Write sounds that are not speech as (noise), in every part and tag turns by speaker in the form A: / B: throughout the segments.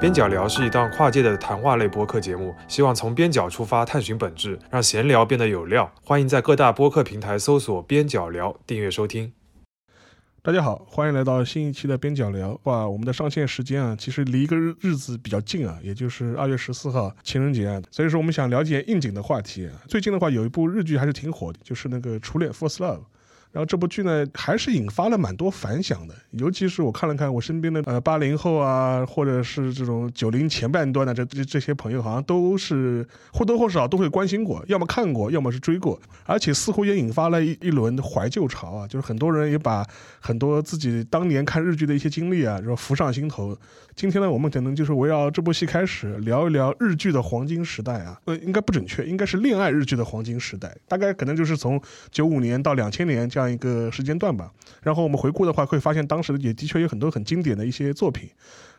A: 边角聊是一档跨界的谈话类播客节目，希望从边角出发，探寻本质，让闲聊变得有料。欢迎在各大播客平台搜索“边角聊”，订阅收听。
B: 大家好，欢迎来到新一期的边角聊。哇，我们的上线时间啊，其实离一个日日子比较近啊，也就是二月十四号情人节啊，所以说我们想了解应景的话题、啊。最近的话，有一部日剧还是挺火的，就是那个《初恋 First Love》。然后这部剧呢，还是引发了蛮多反响的，尤其是我看了看我身边的呃八零后啊，或者是这种九零前半段啊的这这这些朋友，好像都是或多或少都会关心过，要么看过，要么是追过，而且似乎也引发了一一轮怀旧潮啊，就是很多人也把很多自己当年看日剧的一些经历啊，然后浮上心头。今天呢，我们可能就是围绕这部戏开始聊一聊日剧的黄金时代啊，呃，应该不准确，应该是恋爱日剧的黄金时代，大概可能就是从九五年到两千年这样一个时间段吧。然后我们回顾的话，会发现当时也的确有很多很经典的一些作品。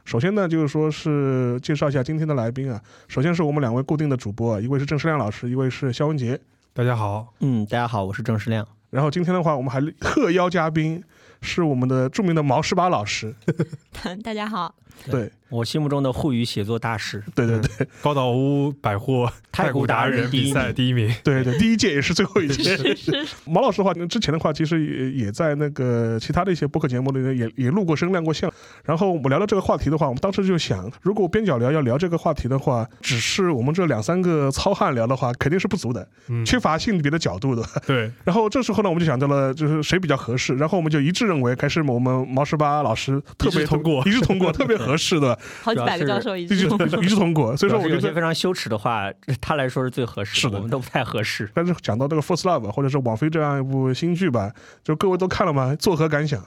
B: 首先呢，就是说是介绍一下今天的来宾啊，首先是我们两位固定的主播啊，一位是郑世亮老师，一位是肖文杰。
A: 大家好，
C: 嗯，大家好，我是郑世亮。
B: 然后今天的话，我们还特邀嘉宾是我们的著名的毛十八老师。
D: (laughs) 大家好，
B: 对
C: 我心目中的沪语写作大师，
B: 对对对
A: 高岛屋百货
C: 太古达人第
A: 比
C: 一
A: 赛
C: 名。
A: 第一名，
B: 对对，第一届也是最后一届。
D: 是是
B: (laughs) 毛老师的话，之前的话，其实也也在那个其他的一些播客节目里呢，也也录过声、亮过相。然后我们聊到这个话题的话，我们当时就想，如果边角聊要聊这个话题的话，只是我们这两三个糙汉聊的话，肯定是不足的，
A: 嗯，
B: 缺乏性别的角度的。 (laughs)
A: 对，
B: 然后这时候呢，我们就想到了，就是谁比较合适。然后我们就一致认为，还是我们毛十八老师特
A: 一致
B: 别
A: 通过
B: 一致通过，特别合适的，
D: 好几百个
C: 主要
D: 教
C: 是
D: 授已
B: 一致 (laughs)
D: 经
B: 通一致通过。所以说，我
C: 主要
B: 觉
C: 是有些
B: 得。
C: 非常羞耻的话，他来说是最合适
B: 是的
C: 我们都不太合适。
B: 但是讲到这个《First Love》或者是网飞这样一部新剧吧，就各位都看了吗？作何感想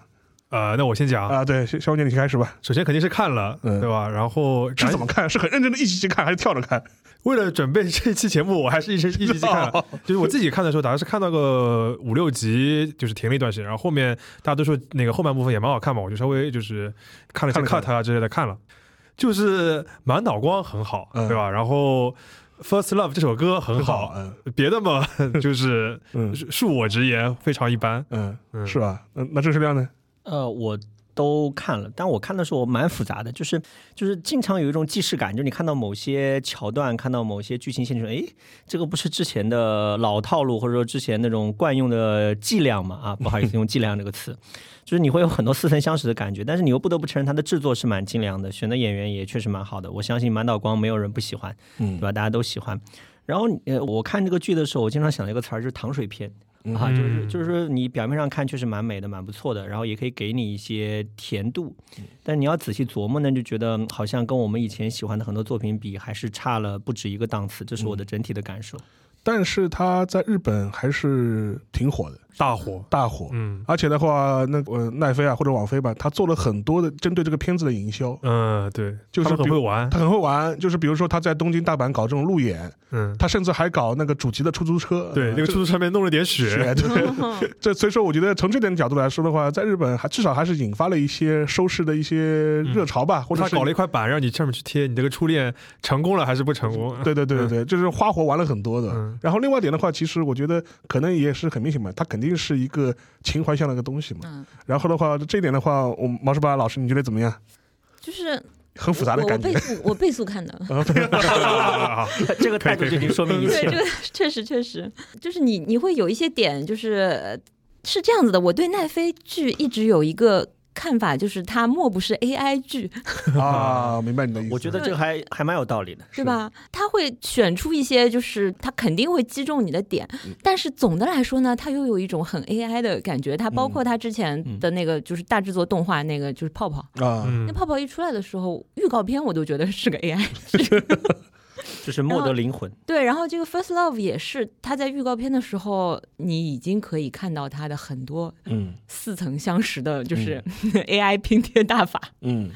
A: 呃，那我先讲，
B: 啊？对，肖肖姐你开始吧。
A: 首先肯定是看了，
B: 嗯
A: 对吧？然后
B: 是怎么看？是很认真的一集集看，还是跳着看？，
A: 为了准备这期节目，我还是一直一直去
B: (laughs)
A: 看
B: 哦
A: 就是我自己看的时候，大概是看到个五六集，就是停了一段时间，然后后面大家都说那个后半部分也蛮好看嘛，我就稍微就是看了一些
B: 看了
A: cut 啊之类的看了，就是满脑光很好，
B: 嗯
A: 对吧？然后 First Love 这首歌很好，
B: 嗯
A: 别的嘛 (laughs) 就是
B: 嗯
A: 恕我直言非常一般，
B: 嗯，
A: 嗯，
B: 是吧？那那郑世亮呢？
C: 呃，我都看了，但我看的时候蛮复杂的，就是就是经常有一种既视感，就是你看到某些桥段，看到某些剧情线，就哎，这个不是之前的老套路，或者说之前那种惯用的伎俩嘛？啊，不好意思，用伎俩这个词，就是你会有很多似曾相识的感觉，但是你又不得不承认它的制作是蛮精良的，选的演员也确实蛮好的，我相信满岛光没有人不喜欢，
B: 嗯
C: 对吧？大家都喜欢。然后呃，我看这个剧的时候，我经常想到一个词儿，就是糖水片。啊，就是就是说你表面上看确实蛮美的，蛮不错的，然后也可以给你一些甜度，但你要仔细琢磨呢，就觉得嗯好像跟我们以前喜欢的很多作品比，还是差了不止一个档次，这是我的整体的感受。 (laughs)
B: 但是他在日本还是挺火的，
A: 大火，
B: 大火。
A: 嗯
B: 而且的话，那个呃奈飞啊或者网飞吧，他做了很多的针对这个片子的营销，
A: 嗯，对，
B: 就是
A: 他们
B: 比
A: 很
B: 如
A: 会玩，
B: 他很会玩。就是比如说他在东京、大阪搞这种路演，
A: 嗯，
B: 他甚至还搞那个主题的出租车。
A: 对，
B: 呃
A: 那个
B: 这
A: 出租车上面弄了点雪，
B: (laughs) 是对，
D: 嗯
B: 这所以说，我觉得从这点角度来说的话，在日本还至少还是引发了一些收视的一些热潮吧，或者
A: 他
B: 是
A: 搞了一块板让你上面去贴，你这个初恋成功了还是不成功？ (laughs)
B: 对对对对对，就是花活玩了很多的。
A: 嗯
B: 然后另外一点的话，其实我觉得可能也是很明显嘛，它肯定是一个情怀向的一个东西嘛。
D: 嗯，
B: 然后的话，这一点的话，我们毛十八老师你觉得怎么样？
D: 就是
B: 很复杂的
D: 我我
B: 感
D: 倍
B: 觉。
D: 速我倍速看的，
A: 啊
B: 啊
C: 这个态度就已经说明一
D: 对
C: 切
D: 这
C: 了。
D: 个确实确实，就是你你会有一些点，就是呃是这样子的。我对奈飞剧一直有一个看法，就是它莫不是 AI 剧，
B: 啊，明白你的意思。
C: 我觉得这个还还蛮有道理的。
D: 对吧？它会选出一些，就是它肯定会击中你的点，但是总的来说呢，它又有一种很 AI 的感觉。它包括它之前的那个就是大制作动画那个就是泡泡，
B: 啊，
A: 嗯
D: 那，泡泡一出来的时候，预告片我都觉得是个 AI。
C: 就是莫得灵魂，
D: 对，然后这个 First Love 也是，他在预告片的时候，你已经可以看到他的很多
B: 嗯
D: 似曾相识的，就是
A: 嗯
D: (laughs) AI 拼贴大法。
B: 嗯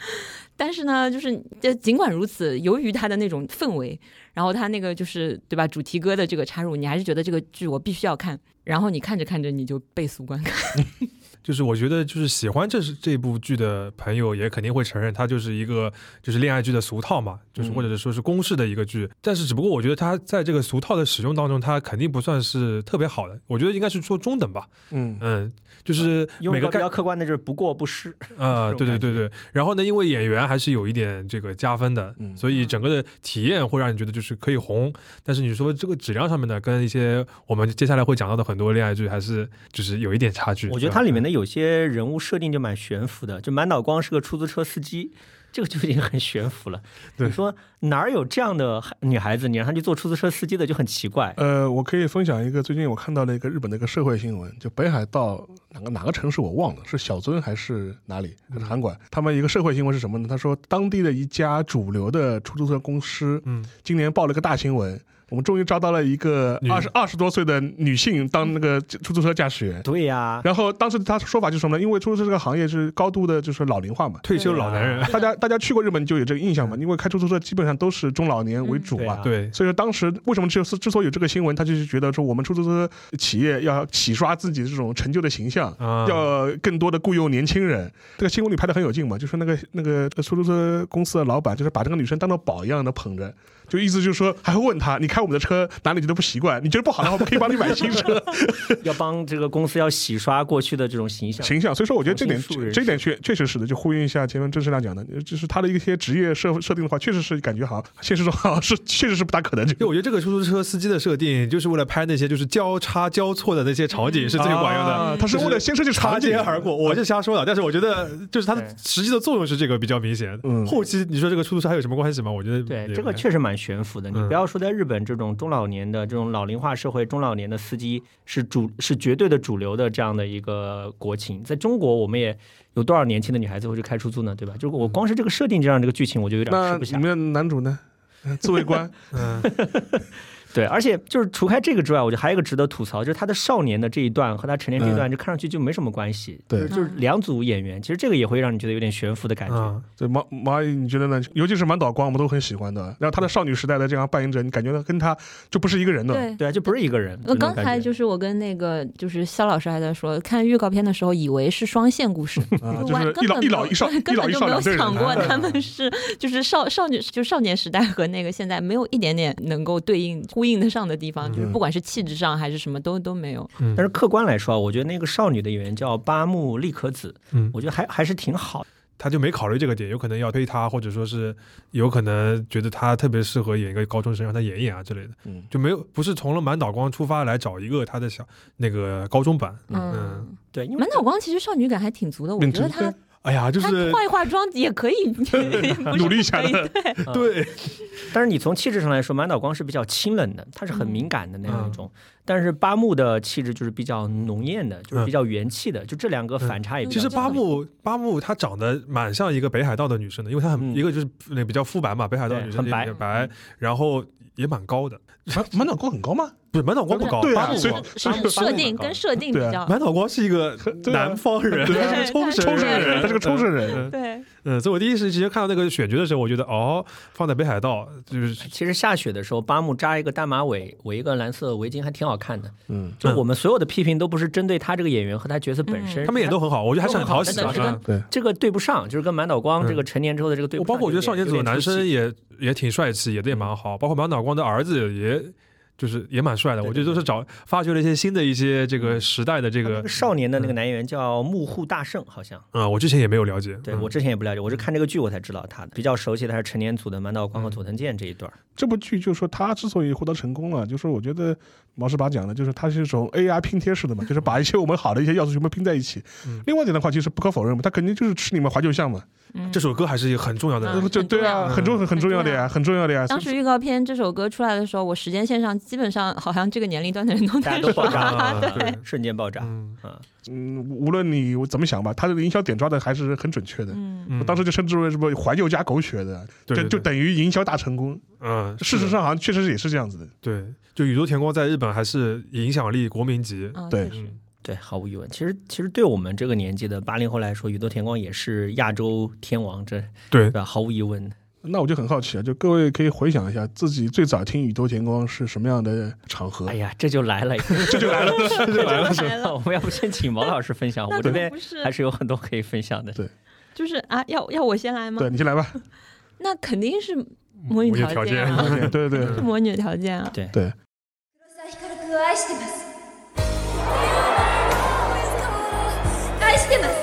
D: 但是呢，就是呃，尽管如此，由于它的那种氛围，然后它那个就是对吧，主题歌的这个插入，你还是觉得这个剧我必须要看。然后你看着看着你就倍速观看，
A: 就是我觉得就是喜欢这是这部剧的朋友也肯定会承认，它就是一个就是恋爱剧的俗套嘛，就是
C: 嗯
A: 或者是说是公式的一个剧。但是只不过我觉得它在这个俗套的使用当中，它肯定不算是特别好的，我觉得应该是说中等吧。
B: 嗯
A: 嗯，就是
C: 用
A: 每
C: 一个
A: 个
C: 比
A: 概
C: 较客观的，就是不过不失。
A: 啊，
C: 这种
A: 对对
C: 感
A: 对对。然后呢，因为演员还是有一点这个加分的，
B: 嗯
A: 所以整个的体验会让你觉得就是可以红。但是你说这个质量上面呢，跟一些我们接下来会讲到的很多恋爱剧还是就是有一点差距。
C: 我觉得
A: 对吧
C: 它里面的有些人物设定就蛮悬浮的，就满岛光是个出租车司机，这个就已经很悬浮了。
A: 对
C: 你说哪儿有这样的女孩子，你让她去做出租车司机的就很奇怪。
B: 呃，我可以分享一个最近我看到了一个日本的一个社会新闻，就北海道哪个哪个城市我忘了，是小樽还是哪里还是函馆？他们一个社会新闻是什么呢？他说当地的一家主流的出租车公司
A: 嗯，
B: 今年报了个大新闻，我们终于招到了一个
A: 女
B: 二十二十多岁的女性当那个出租车驾驶员。
C: 对呀、
B: 然后当时他说法就是什么呢？因为出租车这个行业是高度的就是老龄化嘛，
A: 退休老男
C: 啊
A: (laughs) 人，
B: 大家大家去过日本就有这个印象嘛，因为开出租车基本上都是中老年为主
C: 对
B: 嘛。
C: 啊
A: 嗯对。
B: 所以说当时为什么之之所以有这个新闻，他就是觉得说我们出租车企业要洗刷自己这种陈旧的形象。
A: 啊，
B: 要更多的雇佣年轻人，这个新闻里拍的很有劲嘛，就是那个那个出租车公司的老板，就是把这个女生当做宝一样的捧着，就意思就是说还会问她，你开我们的车哪里觉得不习惯？你觉得不好的话，我们可以帮你买新
A: (laughs)
B: 车。
C: 要帮这个公司要洗刷过去的这种形象。
B: 形象，所以说我觉得这点
C: 重新树立
B: 这这点确确实是的，就呼应一下前面郑世亮讲的，就是他的一些职业设设定的话，确实是感觉好像现实中好像是确实是不大
A: (laughs)
B: 可能这
A: 就
B: 个。
A: 我觉得这个出租车司机的设定，就是为了拍那些就是交叉交错的那些场
C: 嗯
A: 景是最管用的。
B: 啊他是为了先设计
A: 擦
B: 场景
A: 肩而过，我是瞎说的，但是我觉得就是它的
C: 对
A: 实际的作用是这个比较明显。
B: 嗯
A: 后期你说这个出租车还有什么关系吗？我觉得
C: 对，
A: 也
C: 这个
A: 没
C: 确实蛮悬浮的。你
A: 嗯
C: 不要说在日本这种中老年的这种老龄化社会，中老年的司机是主是绝对的主流的这样的一个国情，在中国我们也有多少年轻的女孩子会去开出租呢？对吧？就我光是这个设定这样的一个剧情，我就有点
B: 那
C: 吃不
B: 你
C: 下
B: 们。的男主呢？ (laughs) 自卫 (laughs) 官，
A: 嗯
C: 对，而且就是除开这个之外，我觉得还有一个值得吐槽，就是他的少年的这一段和他成年这一段，就看上去就没什么关系。
B: 对
C: (laughs) 就是两组演员，其实这个也会让你觉得有点悬浮的感觉。
A: 嗯，
B: 对马马蚁，你觉得呢？尤其是满岛光，我们都很喜欢的。然后他的少女时代的这样扮演者，你感觉到跟他就不是一个人的。
D: 对。
C: 对啊，就不是一个人。
D: 那
C: 那种
D: 刚
C: 感
D: 才
C: 觉
D: 就是我跟那个就是肖老师还在说，看预告片的时候以为是双线故事，
B: 啊，就
D: 完
B: 是一
D: 根
B: 老
D: 本
B: 一老
D: 没有
B: 一少，一
D: 根
B: 老
D: 本
B: 一
D: 就
B: 少
D: 没有
B: 两对人
D: 想
B: (laughs)
D: 过
B: 啊。
D: 他们是就是少少女就少年时代和那个现在没有一点点能够对应呼应得上的地方，就是
B: 嗯
D: 不管是气质上还是什么都都没有。
A: 嗯
C: 但是客观来说啊，我觉得那个少女的演员叫八木莉可子，
A: 嗯
C: 我觉得还还是挺好的。
A: 他就没考虑这个点，有可能要推他，或者说是有可能觉得他特别适合演一个高中生，让他演一演啊之类的，
B: 嗯
A: 就没有不是从了满岛光出发来找一个他的小那个高中版。嗯
D: 嗯，
C: 对，因为
D: 满脑光其实少女感还挺足的，我
B: 嗯
D: 觉得
B: 对
D: 她
A: 哎呀，就
D: 她
A: 是
D: 化一化妆也可以，不是不
B: 努力一下
D: 可以
B: 的
C: 嗯
A: 对，
C: 但是你从气质上来说，满岛光是比较清冷的，她是
D: 嗯
C: 很敏感的那
A: 嗯
C: 样一种。但是八木的气质就是比较浓艳的，就是比较元气的，就这两个反差也比
A: 嗯其
C: 较
A: 实
C: 强烈。
A: 八木八木她长得蛮像一个北海道的女生的，因为她很、
C: 嗯
A: 一个就是那比较肤白嘛，北海道
C: 对
A: 女生
C: 很
A: 也
C: 白
A: 也白，然后也蛮高的，
B: 满 (laughs) 满岛光很高吗？
A: 不是满岛光不高，
B: 对啊
A: (laughs) 八木
B: 所以
A: 高
D: 是
A: 八木
D: 设定跟设定比
B: 对啊
D: 较
A: 满岛光是一个
B: 对啊
A: 南方
B: (laughs)
A: 人，
B: 对
D: 啊
A: 他 (laughs) 是冲绳
B: 冲绳
A: 人，
B: 人，他是个冲绳人。
D: 对，
A: 嗯，所以我第一时间看到那个选角的时候，我觉得哦，放在北海道就是
C: 其实下雪的时候，八木扎一个大马尾，围一个蓝色围巾，还挺好看的。
B: 嗯，
C: 就我们所有的批评都不是针对他这个演员和他角色本
D: 嗯
C: 身，
A: 他们演都很好，我觉得还是很讨喜啊
D: 都很好
A: 的。
C: 这个对不上，就是跟满岛光这个成年之后的这个对
A: 嗯我
C: 不上。
A: 包括我觉得少年组的男
C: 有
A: 生
C: 点
A: 也也挺帅气，演的也蛮好，包括满岛光的儿子也。就是也蛮帅的，
C: 对对嗯
A: 我觉得都是找发掘了一些新的一些这个时代的这
C: 出戏那
A: 个
C: 个，少年的那个男演员叫木户大圣，好像。
A: 嗯，我之前也没有了解。
C: 对
A: 嗯
C: 我之前也不了解，我是看这个剧我才知道他的。比较熟悉的还是成年组的满岛光和
B: 嗯
C: 佐藤健这一段儿。
B: 这部剧就是说他之所以获得成功了，就是我觉得毛十八讲的，就是他是一种 AI 拼贴式的 (laughs) 嘛，就是把一些我们好的一些要素全部拼在一起
A: 嗯。
B: 另外一点的话，其实不可否认嘛，他肯定就是吃你们怀旧相嘛，
D: 嗯
A: 这首歌还是一个很重要的
D: 嗯，
B: 就
D: 很嗯
B: 对啊，很
A: 重要
B: 重很重要的呀，很重要的呀。
D: 当时预告片这首歌出来的时候，我时间线上基本上好像这个年龄段的人都
C: 大
D: 在
C: 家都
D: 刷
C: 爆炸
A: 啊
C: 了，
A: 对
C: 瞬间爆炸。
A: 嗯
C: 啊，
B: 嗯，无论你怎么想吧，他的营销点抓的还是很准确的。
D: 嗯，
A: 嗯
B: 我当时就称之为什么怀旧加狗血的，
A: 对对
B: 这就
A: 对
B: 等于营销大成功。
A: 嗯，
B: 事实
A: 是的
B: 上好像确实也是这样子的。
A: 对，就宇宙田光在日本还是影响力国民级。
D: 啊
B: 对
D: 确实
A: 嗯
C: 对，毫无疑问。其实，其实对我们这个年纪的八零后来说，宇多田光也是亚洲天王，这
A: 对
C: 对，吧？毫无疑问。
B: 那我就很好奇啊，就各位可以回想一下自己最早听宇多田光是什么样的场合
C: 哎，呀，这就来了，
B: (laughs) 这就
C: (laughs)
B: 来了，这就来了，是吧
D: 来了，
C: 我们要不先请毛老师分享，
D: (laughs) 那
C: 我这
D: 可
C: 边
D: 不是
C: 还，是有很多可以分享的。
D: 就是啊，要要我先来吗？
B: 对你先来吧，
D: 那肯定是魔女
A: 我有条
D: 件
A: 件
D: 啊，
B: 对对对，
D: 是魔女条件啊。
B: 对，
E: 黒沢光君を愛してます愛してます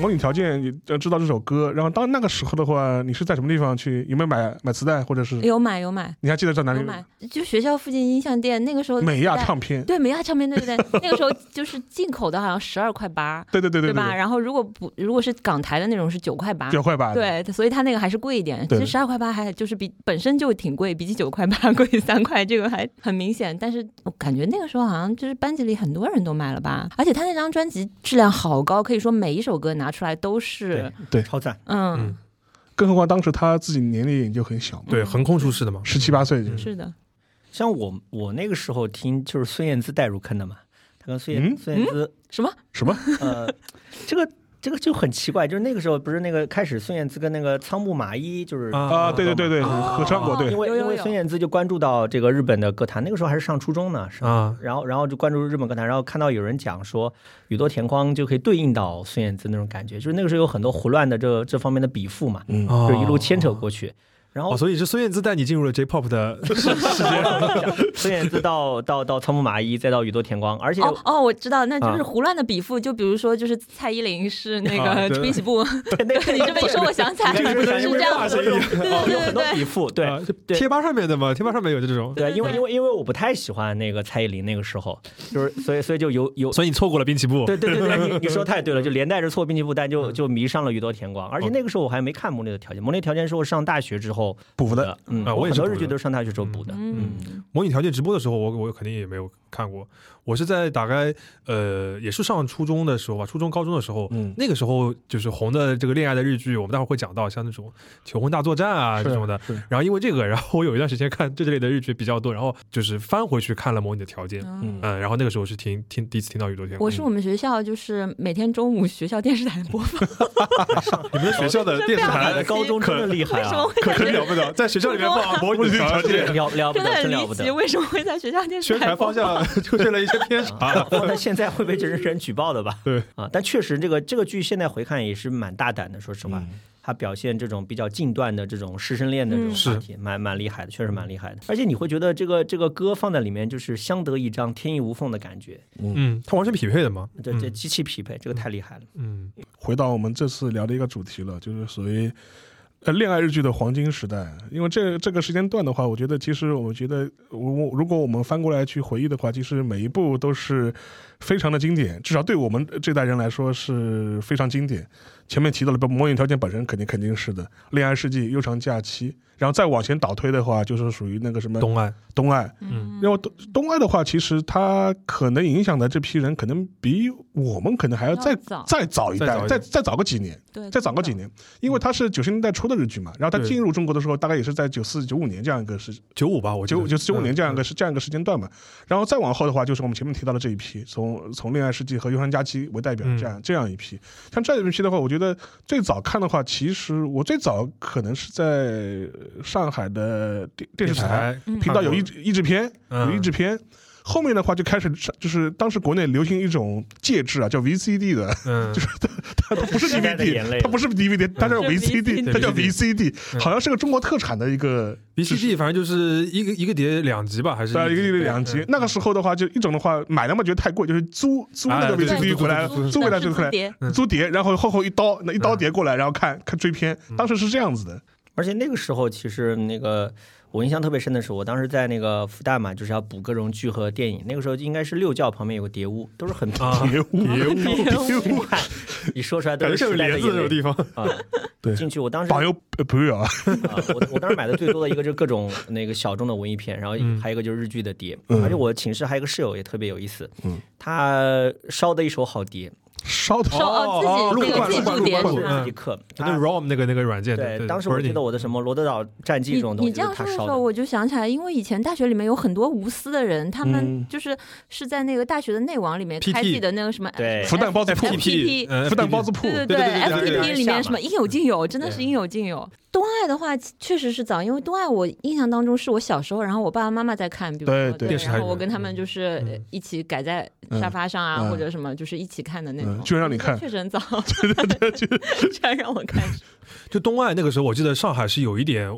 B: 模拟条件你要知道这首歌，然后当那个时候的话，你是在什么地方去？有没有买买磁带，或者是
D: 有买有买
B: 你还记得在嗯哪里
D: 有？买，就学校附近音像店，那个时候
B: 美亚
D: 磁带
B: 唱片，
D: 对美亚唱片，对对对，那个时候就是进口的，好像十二块八，
B: 对 (laughs) 对对对
D: 吧？然后如果不如果是港台的那种是九块八
B: 比。较快吧？，
D: 对，所以它那个还是贵一点。
B: 对
D: 其实十二块八还就是比本身就挺贵，比起九块八 (laughs) 贵三块，这个还很明显。但是我感觉那个时候好像就是班级里很多人都买了吧，而且他那张专辑质量好高，可以说每一首歌拿出来都是，
B: 对
C: 超赞。
D: 嗯，
A: 嗯，
B: 更何况当时他自己年龄也就很小嘛，
A: 对，横空出世的嘛。
B: 十七八岁就是。
D: 是的，
C: 像我我那个时候听就是孙燕姿带入坑的嘛，她跟孙燕、
B: 嗯
C: 孙燕姿
D: 什么
B: 什么？
C: 呃，这个这个就很奇怪，就是那个时候不是那个开始孙燕姿跟那个仓木麻衣就是
A: 啊
B: 啊，对对对对，合唱过，对
C: 因，为
D: 有有
C: 因为
D: 有
C: 孙燕姿就关注到这个日本的歌坛，那个时候还是上初中呢，是吧？
A: 啊，
C: 然后，然后就关注日本歌坛，然后看到有人讲说宇多田光就可以对应到孙燕姿那种感觉，就是那个时候有很多胡乱的这这方面的笔赋嘛，
B: 嗯，
A: 哦
C: 就一路牵扯过去。然后
A: 哦，所以是孙燕姿带你进入了 J-pop 的
C: 孙燕姿到到到仓木麻衣，再到宇多田光，而且
D: 哦哦，我知道，那就
C: 啊
D: 是胡乱的笔赋，就比如说就是蔡依林是那
A: 啊
D: 个
A: 对
D: 滨崎步，
C: (laughs) 那个
D: 你这么一说，我想起来
C: 你这
D: 了，
C: 个
D: 是这样
A: 是
D: 子，
A: 一样
D: 对
C: 哦
D: 对
C: 有很
D: 对
C: 多
D: 对
C: 笔赋，对
A: 啊是
C: (laughs) 对
A: 贴吧上面的嘛，贴吧上面有的这种，
C: 对，因为
D: 对
C: 因为因为我不太喜欢那个蔡依林那个时候，就是所以所以就有
A: (laughs)
C: 有。
A: 所以你错过了滨崎步。
C: 对对对对，你你说太对了，就连带着错并且不单就就迷上了宇多田光，而且那个时候我还没看《魔力的条件》，《魔力的条件》是我上大学之后
B: 补
C: 补
B: 的。
C: 的，嗯，
A: 啊我也
C: 很
A: 是
C: 多
A: 补
C: 日剧
A: 的
C: 都是上大学之后补的，
D: 嗯，
A: 模拟条件直播的时候，我我肯定也没有看过。我是在大概呃，也是上初中的时候吧，初中高中的时候，
B: 嗯
A: 那个时候就是红的这个恋爱的日剧，我们待会儿会讲到，像那种《求婚大作战》啊这种的。
B: 是，
A: 然后因为这个，然后我有一段时间看这类的日剧比较多，然后就是翻回去看了《模拟的条件》，
D: 嗯。
A: 嗯，然后那个时候是听听第一次听到宇多田光，
D: 我是我们学校，就是每天中午学校电视台播放，
A: 你们的学校的电视
C: 哎
A: 台
D: 这非常
C: 高中真的厉害
D: 为什么
C: 啊，
D: 会
A: 可
D: 在
A: 很了不得，在学校里面放《模拟的条件》，
C: 了了不
D: 真的
C: 得，
D: 很
C: 真了不
D: 离
C: 得
D: 奇？。为什么会在学校电视
A: 宣
D: 台
A: 传
D: 播
A: 方向出现了一些偏
C: (laughs)
A: 差。
C: 放在现在会被人人举报的吧？
A: 对
C: 啊，但确实这个这个剧现在回看也是蛮大胆的，说实
A: 嗯
C: 话，它表现这种比较近段的这种师生恋的这种
D: 嗯
C: 话
A: 是嗯
C: 题，蛮蛮厉害的，确实蛮厉害的。而且你会觉得这个这个歌放在里面就是相得益彰、天衣无缝的感觉，
A: 嗯，它完全匹配的嘛。
C: 这这极其匹配，这个太厉害了。
A: 嗯，
B: 回到我们这次聊的一个主题了，就是属于呃恋爱日剧的黄金时代。因为这这个时间段的话，我觉得其实我们觉得，我我如果我们翻过来去回忆的话，其实每一部都是非常的经典，至少对我们这代人来说是非常经典。前面提到了《魔影条件》本身肯定肯定是的，《恋爱世纪》《悠长假期》，然后再往前倒推的话，就是属于那个什么
A: 嗯东岸
B: 东爱，
A: 嗯
B: 然后东东爱的话，其实它可能影响的这批人，可能比我们可能还要再
D: 要早
B: 再早一
A: 再早
B: 代，
A: 一
B: 再
A: 代
B: 再早个几年，
D: 对，
B: 再早个几年，因为它是九十年代初的日剧嘛，然后它
A: 对
B: 进入中国的时候，大概也是在九四九五年这样一个时
A: 九五吧，我嗯
B: 九九四九五年这样一
A: 个
B: 个时这样一个时间段嘛，然后再往后的话，就是我们前面提到的这一批，从从《恋爱世纪》和《忧伤假期》为代表
A: 嗯
B: 这样这样一批，像这样一批的话，我觉得最早看的话，其实我最早可能是在上海的电电视台。
D: 嗯
B: 频道有译译制片，
A: 嗯
B: 有译制片。后面的话就开始上，就是当时国内流行一种介质啊，叫 VCD 的， (laughs)
A: 嗯，就是
B: 它它不是
C: 时代的眼泪
B: DVD，它不是 DVD，它叫
D: 嗯
B: VCD，
D: 是
B: 它叫
A: VCD
B: VCD，好像是个中国特产的一个，
A: VCD，反正就是一个一个碟两集吧，还是
B: 对啊，一个一个两集。
A: 嗯
B: 那个时候的话，就一种的话买的嘛觉得太贵，就是租租那个
A: 哎对对
B: VCD
A: 对嗯
B: 回来
A: 租
B: 租回来租回
D: 蝴
B: 来，
D: 蝶，
A: 嗯
B: 租碟，然后厚厚一刀，那一刀碟过来，然后看看追片，
A: 嗯
B: 当时是这样子的。
C: 而且那个时候，其实那个我印象特别深的是，我当时在那个复旦嘛，就是要补各种剧和电影。那个时候应该是六教旁边有个蝶屋，都是很平 (laughs)
A: 啊
B: 别屋，别屋，别屋，
C: 你说出来都
A: 感觉
C: 是
A: 像有
C: 时代的
A: 帘子
C: 眼
A: 那种
C: 泪
A: 地方。 (laughs)
C: 啊。
B: 对
C: 进去我当时
B: 榜友呃不是啊，
C: 啊，我我当时买的最多的一个就是各种那个小众的文艺片，然后
A: 嗯
C: 还有一个就是日剧的碟，
B: 嗯
C: 而且我寝室还有一个室友也特别有意思，
B: 嗯
C: 他烧的一手好碟，
B: 烧的
D: 烧哦自己那
B: 哦
D: 个自己
B: 录
D: 铸
B: 录
D: 碟
B: 录
D: 是
B: 录
D: 吗
C: 自己？刻。
A: 就那嗯 ROM 那个那个软件
C: 对，
A: 对，
C: 当时我记得我的什么罗德岛战记这
D: 你
C: 种东
D: 你
C: 西，
D: 这
C: 就是
D: 样
C: 他
D: 说的时
C: 烧的。
D: 候，我就想起来，因为以前大学里面有很多无私的人，他们
B: 嗯
D: 就是是在那个大学的内网里面
A: PT
D: 开自己的那个什么
C: 对
B: 复旦包子铺
D: FTP，
A: FTP 嗯
B: 复旦包子铺，
D: 对
A: 对
D: 对
A: 对对对对
D: ，FTP 里面什么
C: 对
D: 应有尽有，真的是
A: 对
D: 应有尽有。东爱的话，确实是早，因为东爱我印象当中是我小时候，然后我爸爸妈妈在看，比如
B: 对
D: 说
B: 对
A: 电视台
D: 然后我
A: 里面
D: 跟他们就是
C: 嗯
D: 呃一起改在沙发上
B: 嗯
D: 啊，
B: 嗯
D: 或者什么，就是一起看的那种
B: 嗯。居然让你看
D: 确实很早，对对 (laughs) 对，居然让我看。
A: 就东岸那个时候，我记得上海是有一点，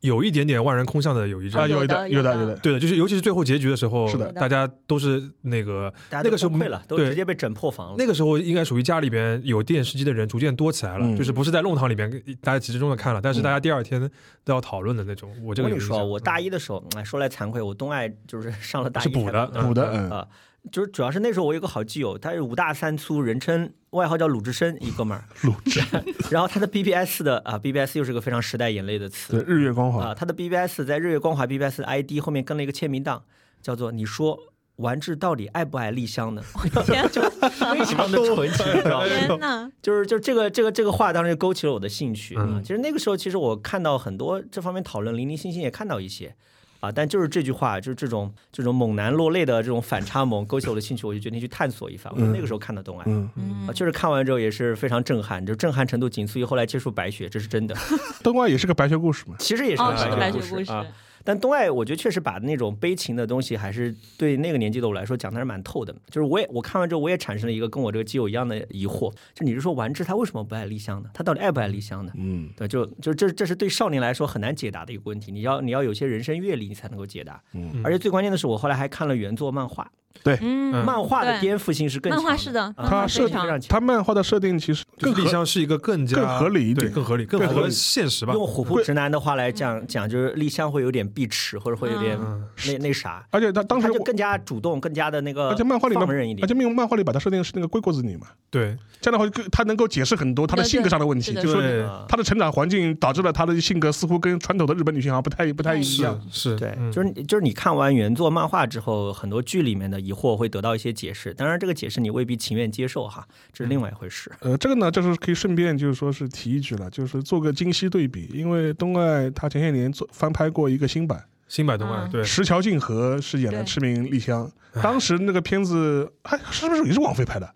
A: 有一点点万人空巷的有一阵
B: 啊，
A: 儿。
B: 有
D: 有
B: 的
D: 的
B: 有的
D: 有的
B: 有的，
A: 对的，就是尤其是最后结局的时候，
B: 是
D: 的
A: 大家都是那个
C: 大家
A: 那
C: 都
A: 个时候
C: 崩溃了，都
A: 对
C: 直接被整破防了。
A: 那个时候应该属于家里边有电视机的人逐渐多起来了，
B: 嗯
A: 就是不是在弄堂里边大家集中的看了，但是
B: 嗯
A: 大家第二天都要讨论的那种。我这
C: 我
A: 个
C: 跟
A: 有
C: 你
A: 印
C: 说，
A: 象
C: 我大一的时候，哎，说来惭愧，我东爱就是上了大一
A: 嗯是补
C: 才
A: 的，嗯
B: 补的，嗯，
C: 啊，就是主要是那时候我有个好基友，他是五大三粗，人称外号叫鲁智深一哥们儿，
B: 鲁智，
C: (laughs) 然后他的 BBS 的啊，BBS 又是个非常时代眼泪的
B: 对
C: 词
B: 日月光华
C: 啊，他的 BBS 在日月光华 BBS 的 ID 后面跟了一个签名档，叫做“你说丸治到底爱不爱丽香呢？”
D: 天啊
C: 非常的纯情，你知道吗？
D: 天哪！
C: 就是就这个这个这个话，当时勾起了我的兴趣啊。
A: 嗯
C: 其实那个时候，其实我看到很多这方面讨论，零零星星也看到一些啊，但就是这句话，就是这种这种猛男落泪的这种反差萌，勾起我的兴趣，我就决定去探索一番。我就那个时候看的动漫。
B: 嗯，
D: 嗯
C: 啊，，就是看完之后也是非常震撼，就震撼程度仅次于后来接触白雪，这是真的。
B: 灯光也是个白雪故事嘛，
C: 其实也是
D: 哦，
C: 个
D: 是白
C: 白
D: 雪
C: 雪
D: 故
C: 故
D: 事
C: 事啊，但东爱我觉得确实把那种悲情的东西，还是对那个年纪的我来说讲的还是蛮透的。就是我也我看完之后，我也产生了一个跟我这个基友一样的疑惑，就你是说丸治他为什么不爱丽香呢？他到底爱不爱丽香呢？
B: 嗯，
C: 对，就就这这是对少年来说很难解答的一个问题，你要你要有些人生阅历，你才能够解答。
B: 嗯
C: 而且最关键的是，我后来还看了原作漫画，
A: 嗯
D: 嗯，
C: 漫画的
D: 对
C: 颠覆性是更
D: 漫画
C: 强
D: 是的，
C: 啊
D: 漫画
B: 它
D: 非
B: 是
C: 非
D: 常
C: 常强，
B: 他漫画的设定其实
A: 更
B: 合
A: 理想是一个更加
B: 更合理一
A: 对，
B: 点，
A: 更合理，更
B: 更
A: 符
B: 合
A: 合
B: 理
A: 现实吧。
C: 用虎扑直男的话来
D: 嗯
C: 讲，讲就是丽香会有点避齿，或者会有点
A: 嗯
C: 那那啥，
B: 而且他当时
C: 他就
B: 我
C: 更加主动，更加的那个，
B: 而且漫画里面
C: 放任一
B: 而
C: 点
B: 且。漫画里把它设定是那个龟国子女嘛，
A: 对，
B: 这样的话就更他能够解释很多他的
D: 对对
B: 性格上的问题，
D: 是的
B: 就是
D: 的
B: 说
A: 对
C: 啊
B: 他的成长环境导致了他的性格似乎跟传统的日本女性好像不太不太一
A: 是
B: 样。
A: 是，
C: 对，
A: 嗯
C: 就是你就是你看完原作漫画之后，很多剧里面的疑惑会得到一些解释，当然这个解释你未必情愿接受哈，这是另外一回事。
B: 呃，这个呢，就是可以顺便就是说是提一句了，就是做个精细对比，因为东爱他前些年做翻拍过一个新版，
A: 新百东啊，
D: 嗯
A: 对，
B: 石桥静河是演了
D: 对
B: 赤名丽香，当时那个片子还是不是也是王菲拍的？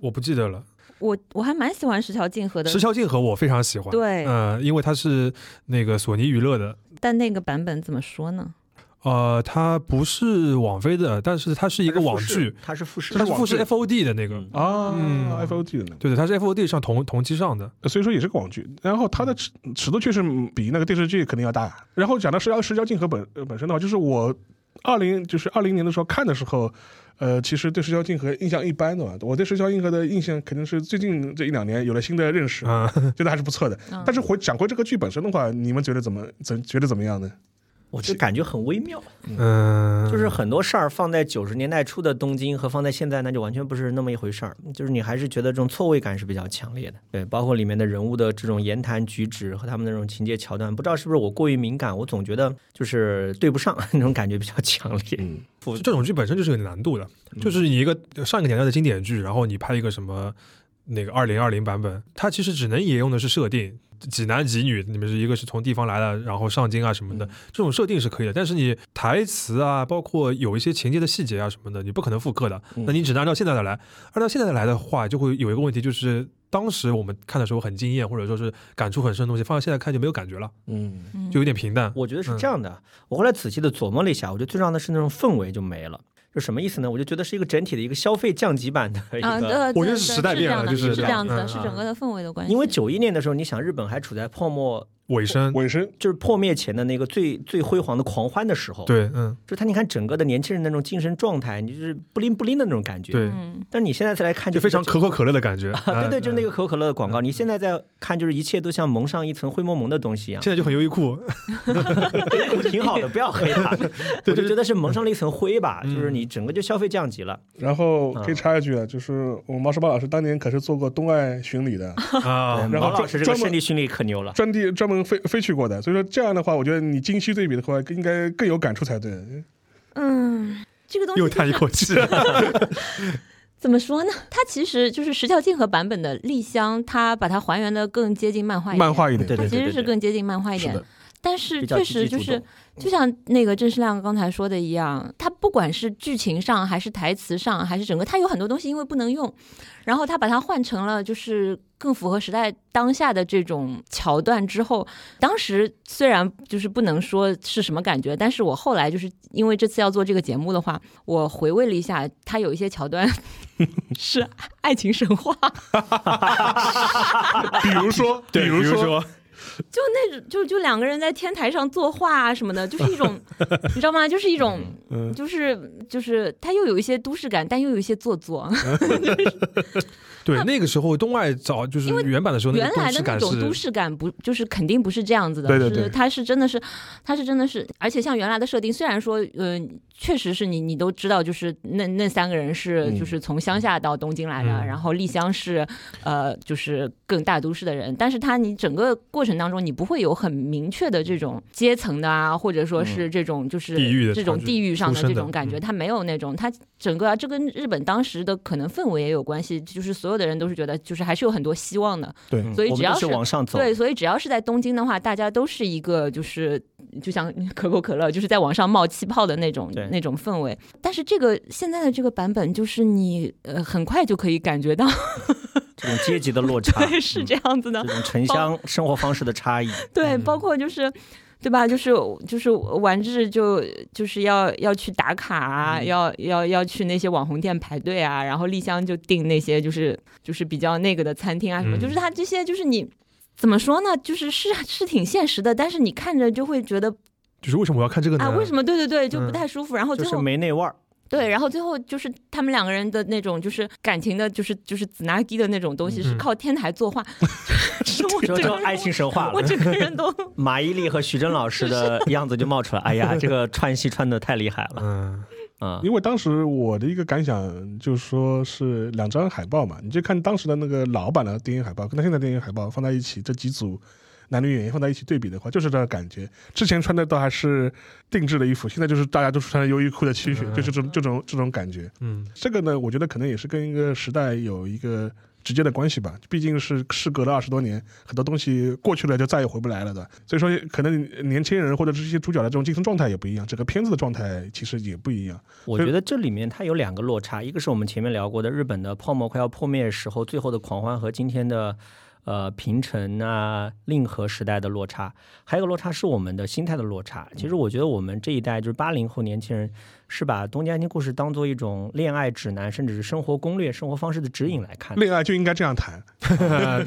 A: 我不记得了。
D: 我我还蛮喜欢石桥静河的
A: 石，桥静河我非常喜欢，
D: 对
A: 嗯、因为他是那个索尼娱乐的，
D: 但那个版本怎么说呢？
A: 呃，他不是网飞的，但是它是一个网剧，，
C: 它是复试，
A: 它
B: 它
A: 是
B: 是
A: 复
B: 网
A: 制
B: 剧
A: FOD 的那个，
C: 嗯
B: 啊
A: 嗯
B: ，F O T 的那
A: 对对，它是 FOD 上同同期上的，
B: 个，呃所以说也是个网剧。然后它的尺尺度确实比那个电视剧肯定要大。然后讲到石桥石桥静河本呃本身的话，就是我二零就是二零年的时候看的时候，呃，其实对石桥静河印象一般的吧。我对石桥静河的印象肯定是最近这一两年有了新的认识，
A: 嗯，
B: 觉得还是不错的。
D: 嗯
B: 但是回讲回这个剧本身的话，你们觉得怎么怎觉得怎么样呢？
C: 我就感觉很微妙，
A: 嗯，
C: 就是很多事儿放在九十年代初的东京和放在现在，那就完全不是那么一回事儿。就是你还是觉得这种错位感是比较强烈的，对，包括里面的人物的这种言谈举止和他们的那种情节桥段，不知道是不是我过于敏感，我总觉得就是对不上 (laughs) 那种感觉比较强烈。
B: 嗯，
A: 这种剧本身就是有难度的，
C: 嗯
A: 就是你一个上一个年代的经典剧，然后你拍一个什么那个二零二零版本，它其实只能沿用的是设定，几男几女，你们是一个是从地方来的，然后上京啊什
C: 嗯
A: 么的，这种设定是可以的，但是你台词啊，包括有一些情节的细节啊什么的，你不可能复刻的，
C: 嗯
A: 那你只能按照现在的来，按照现在的来的话，就会有一个问题就是。当时我们看的时候很惊艳，或者说是感触很深的东西，放在现在看就没有感觉了，
B: 嗯，
A: 就有点平淡。
C: 我觉得是这样的，我后来仔细的琢磨了一下，我觉得最重要的是那种氛围就没了。就什么意思呢？我就觉得是一个整体的一个消费降级版的一个，
D: 啊，对，
A: 我觉得
D: 对
A: 时
D: 对
A: 代变
D: 这样
A: 了
D: 的
A: 就是
D: 是
A: 这
D: 这样
A: 样
D: 子
A: 嗯
D: 的，是
A: 嗯
D: 整个的氛围的关系。
C: 因为九一年的时候，你想日本还处在泡沫，
A: 尾声，
B: 尾声
C: 就是破灭前的那个最最辉煌的狂欢的时候。
A: 对，嗯，
C: 就他，你看整个的年轻人那种精神状态，你就是不灵不灵的那种感觉。，
A: 对，
D: 嗯，
C: 但你现在再来看
A: 就
C: 就
A: 非常可口可乐的感觉。
C: (laughs) 啊，对对，
A: 嗯
C: 就是那个可口可乐的广告。你现在在看，就是一切都像蒙上一层灰蒙蒙的东西一样
A: 现，在就很优衣库，
C: (laughs) 挺好的，不要黑
A: (laughs)
C: 它。我就觉得是蒙上了一层灰吧，
A: 嗯
C: 就是你整个就消费降级了。
B: 然后可以
C: 嗯
B: 插一句啊，就是我毛十八老师当年可是做过东爱巡礼 (laughs) 的，
A: 啊
C: 对，
B: 然后
C: 毛老师这个
B: 专门
C: 身体训练可牛了。
B: 专地专门飞飞去过的，所以说这样的话，我觉得你今期对比的话，应该更有感触才对。
D: 嗯嗯，这个东西
A: 又叹一口气。
D: 怎么说呢？它其实就是石桥静河版本的丽香，它把它还原的更接近漫画一点，
B: 漫画一点，
C: 对
D: 它
C: 对
D: 其实是更接近漫画一
B: 是
D: 点。
B: 的，
D: 但是
C: 比较
D: 确
C: 积极
D: 实就
C: 主
D: 是
C: 动，
D: 就像那个郑世亮刚才说的一样，他不管是剧情上，还是台词上，还是整个，他有很多东西因为不能用，然后他把它换成了就是更符合时代当下的这种桥段之后，当时虽然就是不能说是什么感觉，但是我后来就是因为这次要做这个节目的话，我回味了一下，他有一些桥段 (laughs) 是爱情神话。
B: 比如说，比如说，
D: 就那种，就就两个人在天台上作画啊什么的，就是一种，你知道吗？就是一种，
B: 嗯
D: 就是就是，它又有一些都市感，但又有一些做作。
A: (laughs) 对，那个时候东外早就是原版的时候，那
D: 原
A: 个
D: 来的
A: 都市
D: 那
A: 感
D: 种
A: 是
D: 都市感不就是肯定不是这样子的，
B: 对对对
D: 是它是真的是，它是真的是，而且像原来的设定，虽然说呃，确实是你你都知道，就是那那三个人是
B: 嗯
D: 就是从乡下到东京来的，
A: 嗯
D: 然后丽香是呃就是更大都市的人，但是他你整个过程当中，你不会有很明确的这种阶层的啊，或者说是这种就是
A: 嗯地域的
D: 这种
A: 差距
D: 地域上
A: 出
D: 的
A: 身
D: 这
A: 的
D: 种感觉，
A: 嗯
D: 他没有那种他整个、啊、这跟日本当时的可能氛围也有关系，就是所有的人都是觉得就是还是有很多希望的。
B: 对，
C: 嗯
D: 所以
C: 我们
D: 只要
C: 都是
D: 是
C: 往上走，
D: 对，所以只要是在东京的话，大家都是一个就是就像 (laughs) 可口可乐，就是在往上冒气泡的那种
C: 对
D: 那种氛围。但是这个现在的这个版本，就是你呃很快就可以感觉到
C: 这种阶级的落差，
D: (laughs) 对是这
C: 啊嗯
D: 样子哦的，
C: 这种城乡生活方式的差异，
D: 对，
C: 嗯
D: 包括就是。对吧？就是就是完治就就是要要去打卡啊，
C: 嗯
D: 要要要去那些网红店排队啊，然后丽香就订那些就是就是比较那个的餐厅啊什么，
A: 嗯
D: 就是它这些就是你怎么说呢？就是是是挺现实的，但是你看着就会觉得
A: 就是为什么我要看这个呢？
D: 啊，为什么？对对对，就不
A: 嗯
D: 太舒服。然后
C: 就
D: 最
C: 是
D: 后
C: 没那
D: (laughs)
C: 味儿。
D: 对，然后最后就是他们两个人的那种，就是感情的，就是就是子拿基的那种东西，是
A: 嗯
D: 靠天台
C: (laughs)
D: 作画，是我
C: 这
D: 整
C: 就
D: 个人
C: 爱情神话
D: 我
C: 了。
D: 整个
C: (laughs)
D: 人都
C: 马伊琍和徐峥老师
D: (laughs)
C: 的样子就冒出来，哎呀，这个串戏串的太厉害了
A: 嗯，
C: 啊！
B: 因为当时我的一个感想就是说是两张海报嘛，你就看当时的那个老版的电影海报跟他现在电影海报放在一起，这几组男女演员放在一起对比的话，就是这样感觉。之前穿的都还是定制的衣服，现在就是大家都穿着优衣库的 T 恤，
A: 嗯
B: 就是这种这种这种感觉。
A: 嗯，
B: 这个呢，我觉得可能也是跟一个时代有一个直接的关系吧，毕竟是事隔了二十多年，很多东西过去了就再也回不来了的。所以说，可能年轻人或者这些主角的这种精神状态也不一样，整个片子的状态其实也不一样。
C: 我觉得这里面它有两个落差，一个是我们前面聊过的日本的泡沫快要破灭时候最后的狂欢和今天的呃平成啊令和时代的落差，还有一个落差是我们的心态的落差。其实我觉得我们这一代就是八零后年轻人是把《东京爱情故事》当做一种恋爱指南，甚至是生活攻略、生活方式的指引来看。
B: 恋爱就应该这样谈，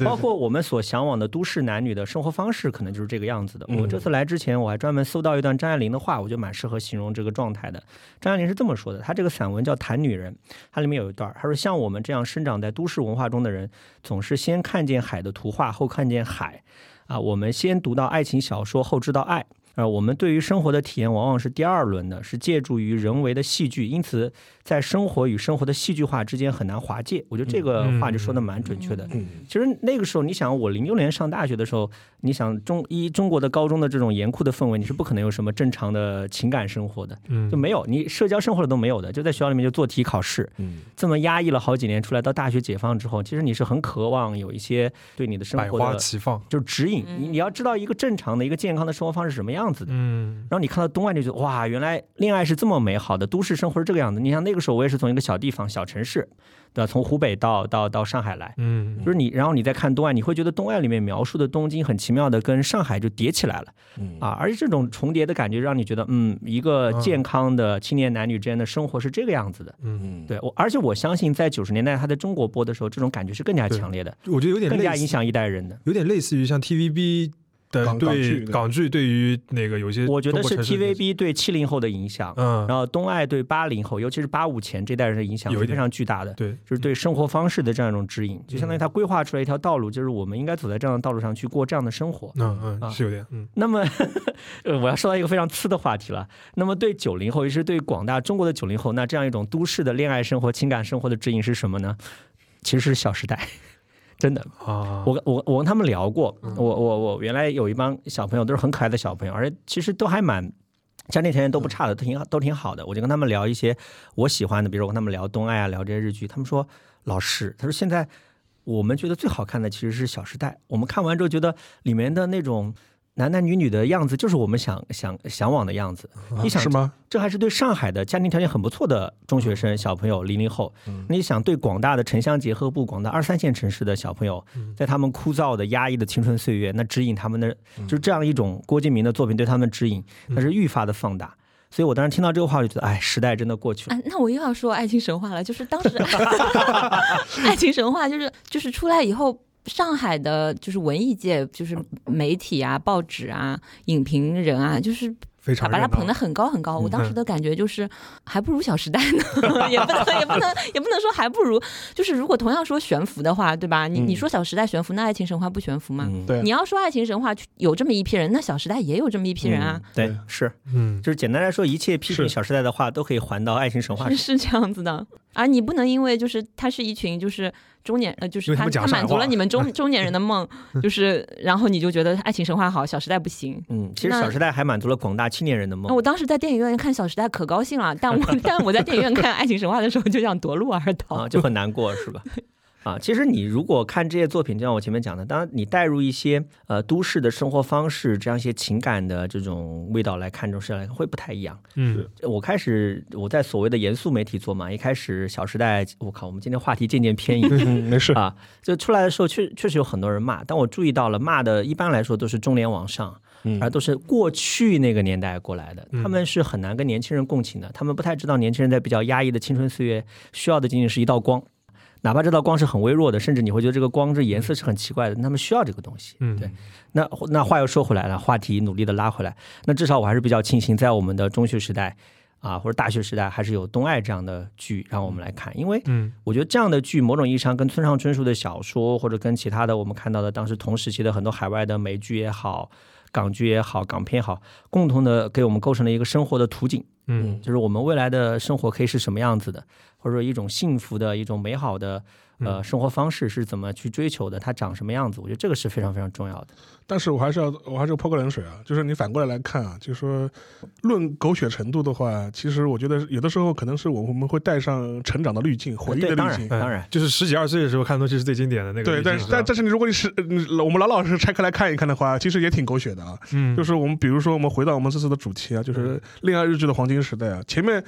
C: 包括我们所向往的都市男女的生活方式，可能就是这个样子的。
A: 嗯
C: 我这次来之前，我还专门搜到一段张爱玲的话，我觉得蛮适合形容这个状态的。张爱玲是这么说的，她这个散文叫《谈女人》，它里面有一段儿，她说：“像我们这样生长在都市文化中的人，总是先看见海的图画，后看见海。啊，我们先读到爱情小说，后知道爱。”啊，我们对于生活的体验往往是第二轮的，是借助于人为的戏剧，因此在生活与生活的戏剧化之间很难划界。我觉得这个话就说的蛮准确的。
B: 嗯，
C: 其实那个时候，你想我零六年上大学的时候，你想中一中国的高中的这种严酷的氛围，你是不可能有什么正常的情感生活的，
A: 嗯
C: 就没有，你社交生活都没有的，就在学校里面就做题考试，
B: 嗯，
C: 这么压抑了好几年，出来到大学解放之后，其实你是很渴望有一些对你的生
A: 百
C: 活
A: 花
C: 的
A: 齐放，
C: 就是指引，你你要知道一个正常的一个健康的生活方式是什么样子的。
A: 嗯，
C: 然后你看到东岸就觉得哇，原来恋爱是这么美好的，都市生活是这个样子。你像那个时候我也是从一个小地方、小城市，对吧？从湖北到到到上海来，
A: 嗯，
C: 就是你，然后你再看东岸，你会觉得东岸里面描述的东京很奇妙的跟上海就叠起来了，
B: 嗯
C: 啊，而且这种重叠的感觉让你觉得，嗯，一个
A: 嗯
C: 健康的青年男女之间的生活是这个样子的。
B: 嗯，
C: 对我，而且我相信在九十年代它在中国播的时候，这种感觉是更加
A: 对
C: 强烈的，
A: 我觉得有点
C: 更加
A: 类
C: 影
A: 似，
C: 响一代人的。
A: 有点类似于像 TVB 的
B: 港港剧
A: 对
B: 的
A: 港剧对于那个有些
C: 我觉得
A: 中国
C: 是
A: 城市的
C: TVB 对七零后的影响，
A: 嗯，
C: 然后东爱对八零后，尤其是八五前这代人的影响
A: 有
C: 是
A: 一
C: 非
A: 点
C: 常巨大的。
A: 对，嗯
C: 就是对生活方式的这样一种指引，就相当于他规划出来一条道路，就是我们应该走在这样的道路上去过这样的生活。
A: 嗯
C: 啊
A: 嗯是有点，嗯
C: 那么， (laughs) 呃我要说到一个非常次的话题了。那么，对九零后，也是对广大中国的九零后，那这样一种都市的恋爱生活、情感生活的指引是什么呢？其实是《小时代》， (laughs) 真的。
A: 啊，
C: 我我我跟他们聊过，我我我原来有一帮小朋友都是很可爱的小朋友，而且其实都还蛮家庭成员都不差的，都挺好，都挺好的。我就跟他们聊一些我喜欢的，比如我跟他们聊东爱啊，聊这些日剧，他们说老师，他说现在我们觉得最好看的其实是《小时代》，我们看完之后觉得里面的那种男男女女的样子，就是我们想想向往的样子。你想
B: 啊是吗？
C: 这还是对上海的家庭条件很不错的中学生小朋友，零零后。
B: 嗯
C: 你想对广大的城乡结合部、广大二三线城市的小朋友，
B: 嗯
C: 在他们枯燥的、压抑的青春岁月，那指引他们的，
B: 嗯
C: 就是这样一种郭敬明的作品对他们的指引，那是愈发的放大。所以我当时听到这个话，我就觉得，哎，时代真的过去了。
D: 啊，那我又要说爱情神话了，就是当
C: (laughs)
D: 时爱情神话就是就是出来以后。上海的，就是文艺界，就是媒体啊、报纸啊、影评人啊，就是
A: 非
D: 把
A: 常
D: 把它
A: 热闹
D: 捧得很高很高。我
A: 嗯
D: 当时的感觉就是，还不如《小时代》呢， (laughs) 也不能也不能也不能说还不如，就是如果同样说悬浮的话，对吧？你你
B: 嗯
D: 说《小时代》悬浮，那《爱情神话》不悬浮吗？
C: 嗯，
B: 对
D: 你要说《爱情神话》有这么一批人，那《小时代》也有这么一批人啊，
C: 对
B: 对，
C: 是，
A: 嗯，
C: 就是简单来说，一切批评
B: 是
C: 《小时代》的话，都可以还到《爱情神
A: 嗯
C: 话
D: 是》是这样子的。啊，你不能因为就是他是一群就是中年呃，就
A: 因
D: 是
A: 为他
D: 他
A: 们讲
D: 他满
A: 傻
D: 足
A: 话
D: 了你们
A: (laughs)
D: 中中年人的梦，就是然后你就觉得《爱情神话》好，《小时代》不行。
C: 嗯，其实《
D: 那
C: 小时代》还满足了广大青年人的
D: 那
C: 梦。
D: 我当时在电影院看《小时代》可高兴了，但我
A: (laughs)
D: 但我在电影院看《爱情神话》的时候就想夺路而逃。 (laughs)
C: 啊，就很难过，是吧？啊，其实你如果看这些作品，就像我前面讲的，当你带入一些呃都市的生活方式，这样一些情感的这种味道来看这种事情来看，会不太一样。
A: 嗯，
C: 我开始我在所谓的严肃媒体做嘛，一开始《小时代》，我靠，我们今天话题渐渐偏移
B: 嗯，没事，
C: 啊，就出来的时候确确实有很多人骂，但我注意到了，骂的一般来说都是中联往上，
B: 嗯
C: 而都是过去那个年代过来的，他们是很难跟年轻人共情的，他们不太知道年轻人在比较压抑的青春岁月需要的仅仅是一道光，哪怕这道光是很微弱的，甚至你会觉得这个光这颜色是很奇怪的，他们需要这个东西。
A: 嗯
C: 对，那那话又说回来了，话题努力的拉回来，那至少我还是比较庆幸，在我们的中学时代。啊，或者大学时代还是有《东爱》这样的剧让我们来看，因为
A: 嗯
C: 我觉得这样的剧，某种意义上跟村上春树的小说，或者跟其他的我们看到的当时同时期的很多海外的美剧也好、港剧也好、港片也好，共同的给我们构成了一个生活的图景，
A: 嗯
C: 就是我们未来的生活可以是什么样子的，或者说一种幸福的一种美好的
B: 嗯
C: 呃生活方式是怎么去追求的，它长什么样子，我觉得这个是非常非常重要的。
B: (laughs) 但是我还是要，我还是要泼个冷水啊，就是你反过来来看啊，就是说，论狗血程度的话，其实我觉得有的时候可能是我我们会带上成长的滤镜、回忆的
C: 对当
B: 滤
C: 然
B: 镜。
A: 嗯
B: (laughs)
C: 当然
A: 就是十几二岁的时候看东西是最经典的那个
B: 对，
A: 滤镜吧。
B: 但是但但是你如果你是你我们老老实实拆开来看一看的话，其实也挺狗血的啊。
A: 嗯，
B: 就是我们比如说我们回到我们这次的主题啊，就是恋爱日剧的黄金时代啊，前面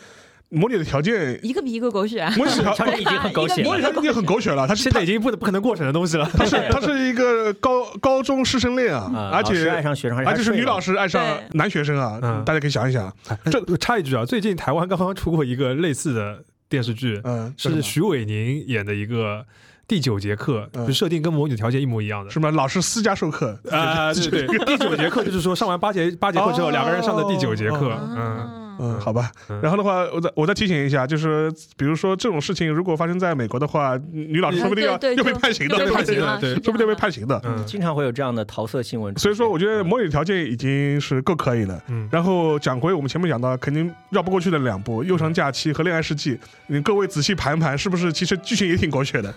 B: 模拟的条件，
D: 一个比一个狗血啊！
B: 模拟的条
C: (laughs) 他们已经很狗
B: (laughs)
C: 血
B: 模
C: 了
B: 拟条件已经很狗血了，它是
A: 现在已经不能不可能过审的东西了。
B: 它是它是一个高高中师生恋啊
C: 啊，，
B: 而
C: 老师爱
B: 且
C: 上学生，
B: 而且是女老
C: 师
B: 师爱上
D: 对
B: 男学生啊
A: 嗯，
B: 大家可以想一想，
A: 这我 (laughs) 插一句啊，最近台湾刚刚出过一个类似的电视剧，
B: 嗯，叫
A: 是
B: 什么
A: 徐伟宁演的一个第九节课，
B: 嗯
A: 就设定跟模拟条件一模一样的。
B: 什么老师私家授课， (laughs)
A: 啊， (laughs) 对对，第九节课就是说上完八节八节课之后，
B: 哦
A: 两个人上的第九节课，嗯，
D: 啊
B: 嗯，好吧
A: 嗯。
B: 然后的话，我再我再提醒一下，就是比如说这种事情如果发生在美国的话，女老师嗯说不定要
D: 啊对对
B: 又被判刑的，
D: 又
A: 被
D: 被
A: 判
D: 判
A: 刑
D: 刑
A: 了
D: 了，是这
A: 对
D: 样的
B: 说不定被判刑的。
A: 嗯
C: 经常会有这样的桃色新闻出
B: 所
C: 现。
B: 以说，我觉得模拟条件已经是够可以了。
A: 嗯
B: 然后讲回我们前面讲到，肯定绕不过去的两部《悠
A: 嗯
B: 长假期》和《恋爱世纪》，你各位仔细盘盘，是不是其实剧情也挺狗血的？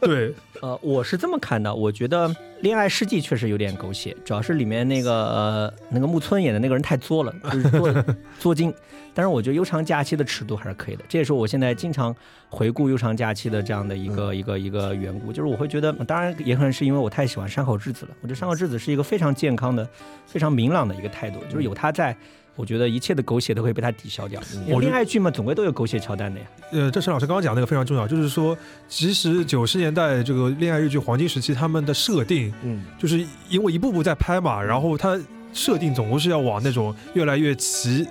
A: 对，
C: 呃，我是这么看的，我觉得《恋爱世纪》确实有点狗血，主要是里面那个呃那个木村演的那个人太作了，就是作作精。但是我觉得《悠长假期》的尺度还是可以的，这也是我现在经常回顾《悠长假期》的这样的一个、一个一个缘故，就是我会觉得，当然也可能是因为我太喜欢山口智子了，我觉得山口智子是一个非常健康的、非常明朗的一个态度，就是有他在。我觉得一切的狗血都会被他抵消掉。因为
A: 我觉得
C: 恋爱剧嘛，总归都有狗血桥段的呀。
A: 呃，郑晨老师刚刚讲那个非常重要，就是说，其实九十年代这个恋爱日剧黄金时期，他们的设定
B: 嗯，
A: 就是因为一步步在拍嘛，然后它设定总共是要往那种越来越奇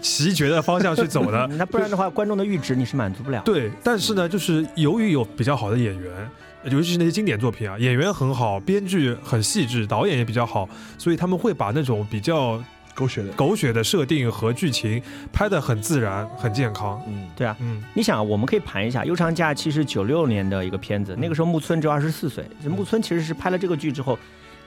A: 奇绝的方向去走的，
C: 那不然的话，观众的阈值你是满足不了的。
A: 对，但是呢，就是由于有比较好的演员，尤其是那些经典作品啊，演员很好，编剧很细致，导演也比较好，所以他们会把那种比较
B: 狗血的。
A: 狗血的设定和剧情拍得很自然、很健康。
B: 嗯，
C: 对啊，
A: 嗯
C: 你想啊，我们可以盘一下《悠长假期》是九六年的一个片子，那个时候木村只有二十四岁。木村其实是拍了这个剧之后，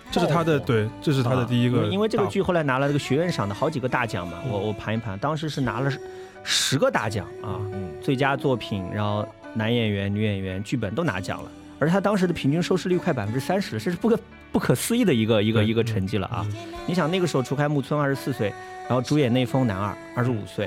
A: 这是他的
C: 爆火
A: 对，这是他的第一个大嗯
C: 啊
A: 火、
C: 因为因为这个剧后来拿了这个学院赏的好几个大奖嘛，我我盘一盘，当时是拿了十十个大奖啊，
A: 嗯
C: 最佳作品，然后男演员、女演员、剧本都拿奖了，而他当时的平均收视率快百分之三十，这是不可不不可思议的一个一个
A: 对
C: 一个成绩了啊！
A: 嗯
C: 你想那个时候，楚开木村二十四岁，然后主演内丰男二二十五岁，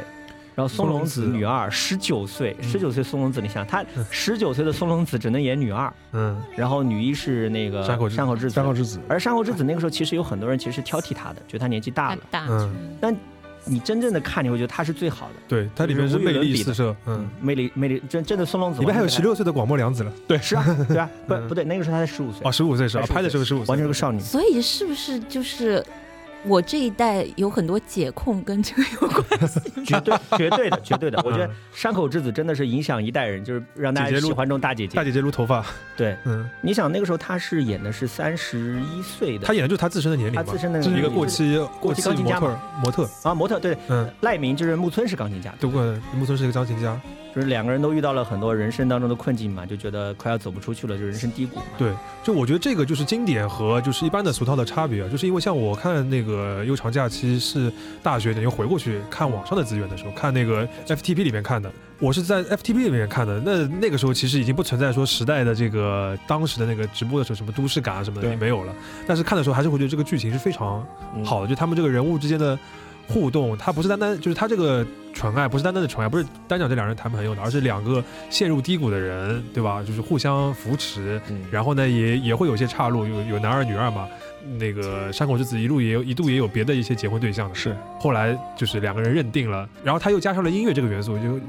C: 然后松隆子
A: 嗯松隆子嗯
C: 女二十九岁，十九岁松隆子，你想他十九岁的松隆子只能演女二，
A: 嗯，
C: 然后女一是那个
A: 山口智
C: 山口智子
B: 三，号之子，
C: 而山口智子那个时候其实有很多人其实是挑剔她的，觉得她年纪大
D: 大
C: 了。
D: 大
A: 嗯
C: 你真正的看，你会觉得她是最好的，
A: 对，它里面是魅力四射，嗯，，
C: 魅力魅力真真的松隆子
A: 里面还有
C: 完全
A: 十六岁的广末凉子了，
C: 是
A: (laughs)
C: 啊，对啊，不
A: 嗯
C: 不对，那个时候她才十五岁
A: 哦，，十五岁是吧？
C: 15岁
A: 拍的时候十五岁，
C: 完全是个少女。
A: (laughs)
D: 所以是不是就是我这一代有很多解控跟这个有关？
C: 绝对绝对的，绝对的。我觉得
A: 嗯
C: 山口智子真的是影响一代人，就是让大
A: 姐
C: 家
A: 姐路
C: 喜欢这种大姐姐。
A: 大姐姐撸头发，
C: 对，
A: 嗯，
C: 你想那个时候她是演的是三十一岁的，
A: 她演的就是她自身的年
C: 她
A: 龄嘛
C: 自，身的
A: 一个
C: 年龄
A: 过期过
C: 过期
A: 期
C: 钢琴
A: 模
C: 家
A: 特模特，
C: 啊，模特对
A: 嗯，
C: 赖明就是木村是钢琴家，
A: 对不过木村是一个钢琴家，
C: 就是两个人都遇到了很多人生当中的困境嘛，就觉得快要走不出去了，就人生低谷嘛。
A: 对，就我觉得这个就是经典和就是一般的俗套的差别啊，就是因为像我看那个《悠长假期》是大学等于回过去看网上的资源的时候，看那个 FTP 里面看的，我是在 FTP 里面看的。那那个时候其实已经不存在说时代的这个当时的那个直播的时候什么都市感啊什么的
B: 对
A: 也没有了，但是看的时候还是会觉得这个剧情是非常
B: 嗯
A: 好的，就他们这个人物之间的。互动，它不是单单就是他这个纯爱，不是单单的纯爱，不是单讲这两人谈朋友的，而是两个陷入低谷的人，对吧？就是互相扶持，
B: 嗯
A: 然后呢，也也会有些岔路，有有男二女二嘛。那个山口智子一路也有一度也有别的一些结婚对象的，
B: 是
A: 后来就是两个人认定了，然后他又加上了音乐这个元素，就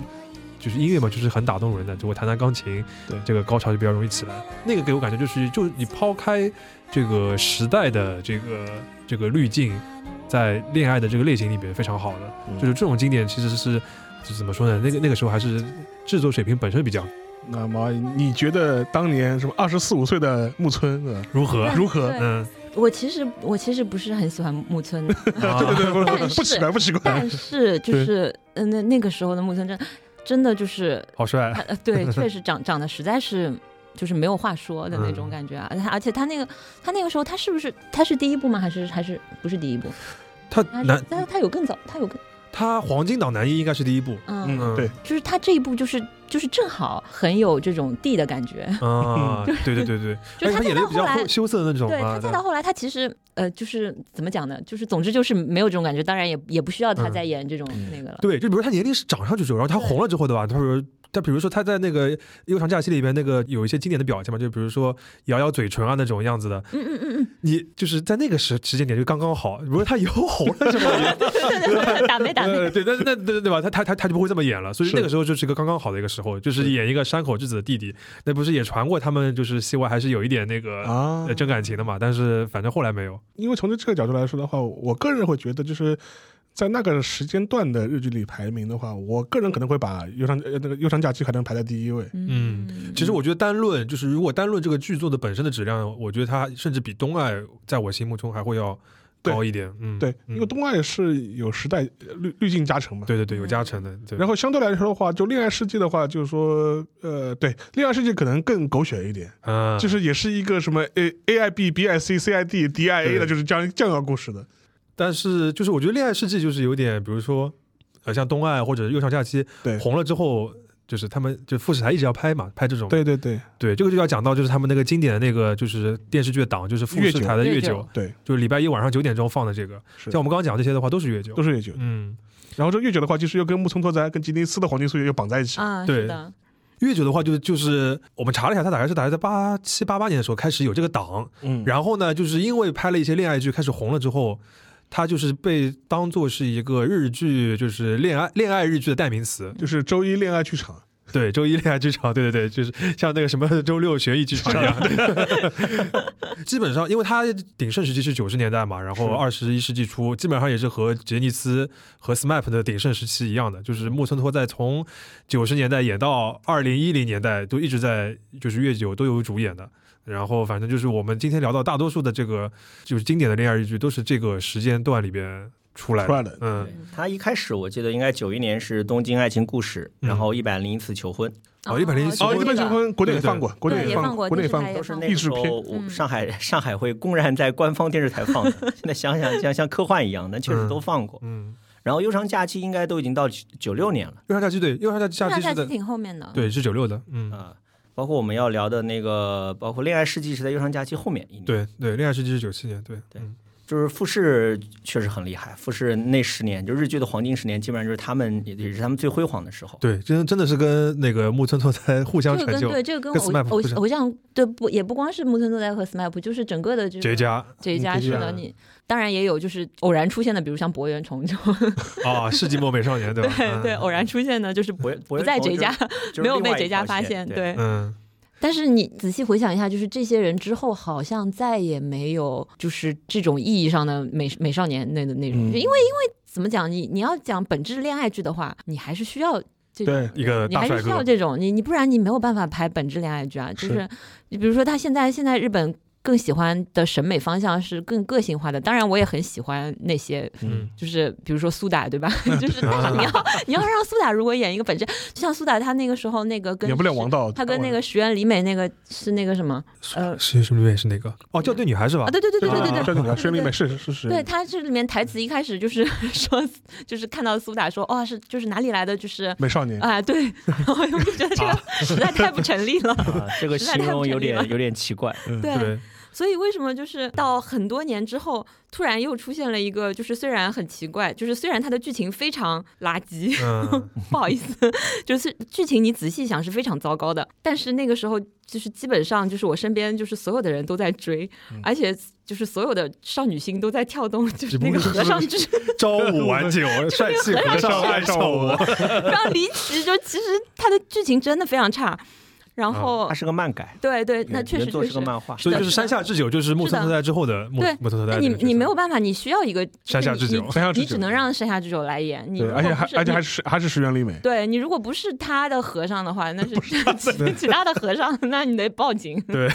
A: 就是音乐嘛，就是很打动人的。就我弹弹钢琴，
B: 对
A: 这个高潮就比较容易起来。那个给我感觉就是，就是你抛开这个时代的这个这个滤镜，在恋爱的这个类型里面非常好的，
B: 嗯
A: 就是这种经典其实是就是怎么说呢？那个那个时候还是制作水平本身比较
B: 那么你觉得当年什么二十四五岁的木村
A: (laughs)
B: 呃
A: 如何？
B: 如何？
D: 对
A: 嗯，
D: 我其实我其实不是很喜欢木村，
B: (laughs)
A: 啊
B: 对对对，
D: 但
B: 不
D: 是
B: 不奇怪不奇怪
D: 但，是就是嗯那那个时候的木村真真
B: (laughs)
D: 的就是
A: 好帅啊。
D: 呃对，确实长长得实在是。就是没有话说的那种
A: 嗯
D: 感觉啊，而且而且他那个他那个时候他是不是他是第一部吗？还是还是不是第一部？
A: 他
D: 他
A: 男
D: 他他有更早，他有更
A: 他黄金档男一应该是第一部，
D: 嗯，
B: 嗯对，
D: 就是他这一部就是就是正好很有这种地的感觉， (laughs)
A: 啊，对对对对，
D: 就是
A: 而且
D: 他
A: 哎他演
D: 再
A: 的
D: 到
A: 比
D: 后
A: 较
D: 来
A: 后羞涩的那种啊
D: 对
A: 嘛
D: 他，再到后来，他其实呃，就是怎么讲呢？就是总之就是没有这种感觉，当然也也不需要他再演这种
B: 嗯
D: 那
A: (laughs)
D: 个了。
A: 对，就比如他年龄是涨上去之后，然后他红了之后，对吧？他比如他比如说他在那个《悠长假期》里边那个有一些经典的表现嘛，就比如说咬咬嘴唇啊那种样子的，
D: 嗯嗯嗯
A: 你就是在那个时时间点就刚刚好。如果他以后红
D: (laughs)
A: 了之后，
D: 嗯，打没打
A: (laughs)
D: 那
A: 呃，
D: 个？
A: 对，那那对对吧？他他他他就不会这么演了，所以
B: 是
A: 那个时候就是一个刚刚好的一个时候，就是演一个山口智子的弟弟，那不是也传过他们就是戏外还是有一点那个
B: 啊
A: 呃，真感情的嘛，但是反正后来没有。
B: 因为从这个角度来说的话，我个人会觉得就是。在那个时间段的日剧里排名的话，我个人可能会把《忧伤》呃那个《忧伤假期》可能排在第一位。
A: 嗯其实我觉得单论就是如果单论这个剧作的本身的质量，我觉得它甚至比东爱在我心目中还会要高一点。嗯，
B: 对，
A: 嗯
B: 因为东爱是有时代呃滤滤镜加成嘛。
A: 对对对有加成的。对，
B: 然后相对来说的话，就《恋爱世界》的话，就是说，呃，对，《恋爱世界》可能更狗血一点，
A: 嗯，
B: 就是也是一个什么 A A I B B I C C I D D I A 的，
A: 对
B: 就是这样这样一个故事的。
A: 但是就是我觉得《恋爱世纪》就是有点，比如说呃，像东爱或者《右上假期
B: 对》
A: 红了之后。就是他们就富士台一直要拍嘛，拍这种
B: 对对对
A: 对这个就要讲到就是他们那个经典的那个就是电视剧的档，就是富
B: 月
A: 士
B: 九
A: 台的
D: 月
A: 月
D: 九
A: 九，
B: 对，
A: 就是礼拜一晚上九点钟放的这个。
B: 是
A: 像我们刚刚讲这些的话，都是月九
B: 都。是月九。
A: 嗯，
B: 然后这月九的话，其实又跟木村拓哉、跟吉尼斯的黄金岁月又绑在一起。
D: 啊，
A: 对
D: 是的，
A: 月九的话就，就是我们查了一下，他大概是大概在八七八八年的时候开始有这个档，
B: 嗯
A: 然后呢，就是因为拍了一些恋爱剧开始红了之后，他就是被当做是一个日剧，就是恋爱恋爱日剧的代名词。
B: 就是周一恋爱剧场，
A: 对，周一恋爱剧场，对对对，就是像那个什么周六学艺剧场一样。啊 (laughs) 基本上，因为它鼎盛时期是九十年代嘛，然后
B: 是
A: 二十一世纪初，基本上也是和杰尼斯和 SMAP 的鼎盛时期一样的，就是木村拓哉从九十年代演到二零一零年代，都一直在就是月九都有主演的。然后，反正就是我们今天聊到大多数的这个就是经典的恋爱日剧，都是这个时间段里边出来的。
B: 出来的
A: 嗯，
C: 她一开始我记得应该九一年是《东京爱情故事》，
A: 嗯
C: 然后《一百零一次求婚》
A: 哦101
D: 是
A: 哦
B: 哦，
A: 这
B: 一
A: 个
B: 般
D: 的
B: 求婚国内也
A: 对对
B: 放过，国内
D: 对也
B: 放
D: 放过
B: 国内也
D: 电视
B: 放
D: 台
B: 过
D: 也
C: 都是
D: 放
B: 过
C: 那个时
B: 艺术
C: 候我
D: 嗯
C: 上海上海会公然在官方电视台放的。现在想想像像科幻一样，但确实都放过。
A: 嗯，
C: 然后《悠长假期》应该都已经到九六年了
A: 右上假期对，右上假期
D: 那
A: 是
D: 下期
A: 的，
D: 挺后面的，
A: 对，是九六的。嗯
C: 啊。包括我们要聊的那个，包括《恋爱世纪》是在《忧伤假期》后
D: 嗯
C: 面一年，
A: 对对，《恋爱世纪》是九七年，对
C: 对
A: 嗯
C: 就是富士确实很厉害，富士那十年就日剧的黄金十年，基本上就是他们也也是他们最辉煌的时候。
A: 对，真真的是跟那个木村
D: (laughs)
A: 拓哉互相
D: 这个
A: 成
D: 跟
A: 就，
D: 对这个跟
A: 跟
D: 偶
A: SMAP
D: 偶
A: 不是
D: 偶像对不也不光是木村拓哉和 SMAP，就是整个的这
A: 绝
D: 个
A: 佳
D: 这一家
B: 嗯
D: 是
B: 对啊
D: 的，你当然也有就是偶然出现的，比如像博元崇这种，
A: 啊，世纪末美少年，对吧？
D: 嗯 (laughs) 对对，
A: 嗯
D: 偶然出现的就是不
C: 不是
D: 不在谁家，，
C: 就是
D: 没有
C: 另
D: 被
C: 外一
D: 谁家
C: 条
D: 发
C: 线 (laughs)
D: 现，
C: 对。
D: 对。
A: 嗯，
D: 但是你仔细回想一下，就是这些人之后好像再也没有就是这种意义上的美美少年那的那种，
B: 嗯
D: 因为因为怎么讲，你你要讲本质恋爱剧的话，你还是需要这种
B: 对
A: 一个
D: 你
A: 大
D: 还
A: 帅
D: 是需要
A: 哥，
D: 这种，你你不然你没有办法拍本质恋爱剧啊。就是是你比如说，他现在现在日本更喜欢的审美方向是更个性化的，当然我也很喜欢那些，
A: 嗯，
D: 就是比如说苏
B: (laughs)
D: 打对吧？就是 (laughs) 但是你要你要让苏打如果演一个本质，就像苏打他那个时候那个跟
B: 演不了王道，啊
D: 他跟那个石原里美那个是那个什么呃
A: 是什么里面是哪个？哦，校对女孩是吧
D: 啊？对对对对对对
B: 对
D: 对
B: 对，宣里
D: 对
B: 美是是是，
D: 对，他这里面台词一开始就是说， (laughs) 就是看到苏打说，哦，是就是哪里来的，就是
B: 美少年，
D: 啊，
B: (laughs)
D: 对，然后我就觉得这
B: 啊
D: 个实在太不成立了。
C: 啊，这个
D: 实在
C: 形
D: 太不
C: 容
D: 成
C: 有
D: 立
C: 点
D: 了
C: 有点奇怪，
B: 嗯
D: 对 (laughs)
A: 对，
D: 所以为什么就是到很多年之后，突然又出现了一个，就是虽然很奇怪，就是虽然它的剧情非常垃圾，
A: 嗯，
D: (laughs) 不好意思，就是剧情你仔细想是非常糟糕的，但是那个时候就是基本上就是我身边就是所有的人都在追，而且就是所有的少女心都在跳动， (laughs) 就是那个和尚剧 (laughs)
A: 朝五晚九，帅气和尚爱上我，
D: 非常离奇，就其实它的剧情真的非常差，然后
C: 啊它。是个漫改，
D: 对对，那
C: 原
D: 确实
C: 原作
D: 确
C: 是
D: 实
C: 个，漫画，
A: 所以就是
D: 是的
A: 山下智久，就是木村拓哉之后的木
D: 对
A: 木村拓
D: 那
A: 哉
D: 你
A: 这个角色。
D: 你没有办法，你需要一个
A: 山下智久
D: 你
B: 山下智
D: 你
B: 久
D: 只能让山下智久来演。你
B: 对，
D: 如
B: 而且
D: 果
B: 还
D: 不是
B: 而且还
D: 你
B: 是还是石原里美，
D: 对你如果不是他的和尚的话，那是 (laughs) 其其他的和尚，那你得报警。
A: 对，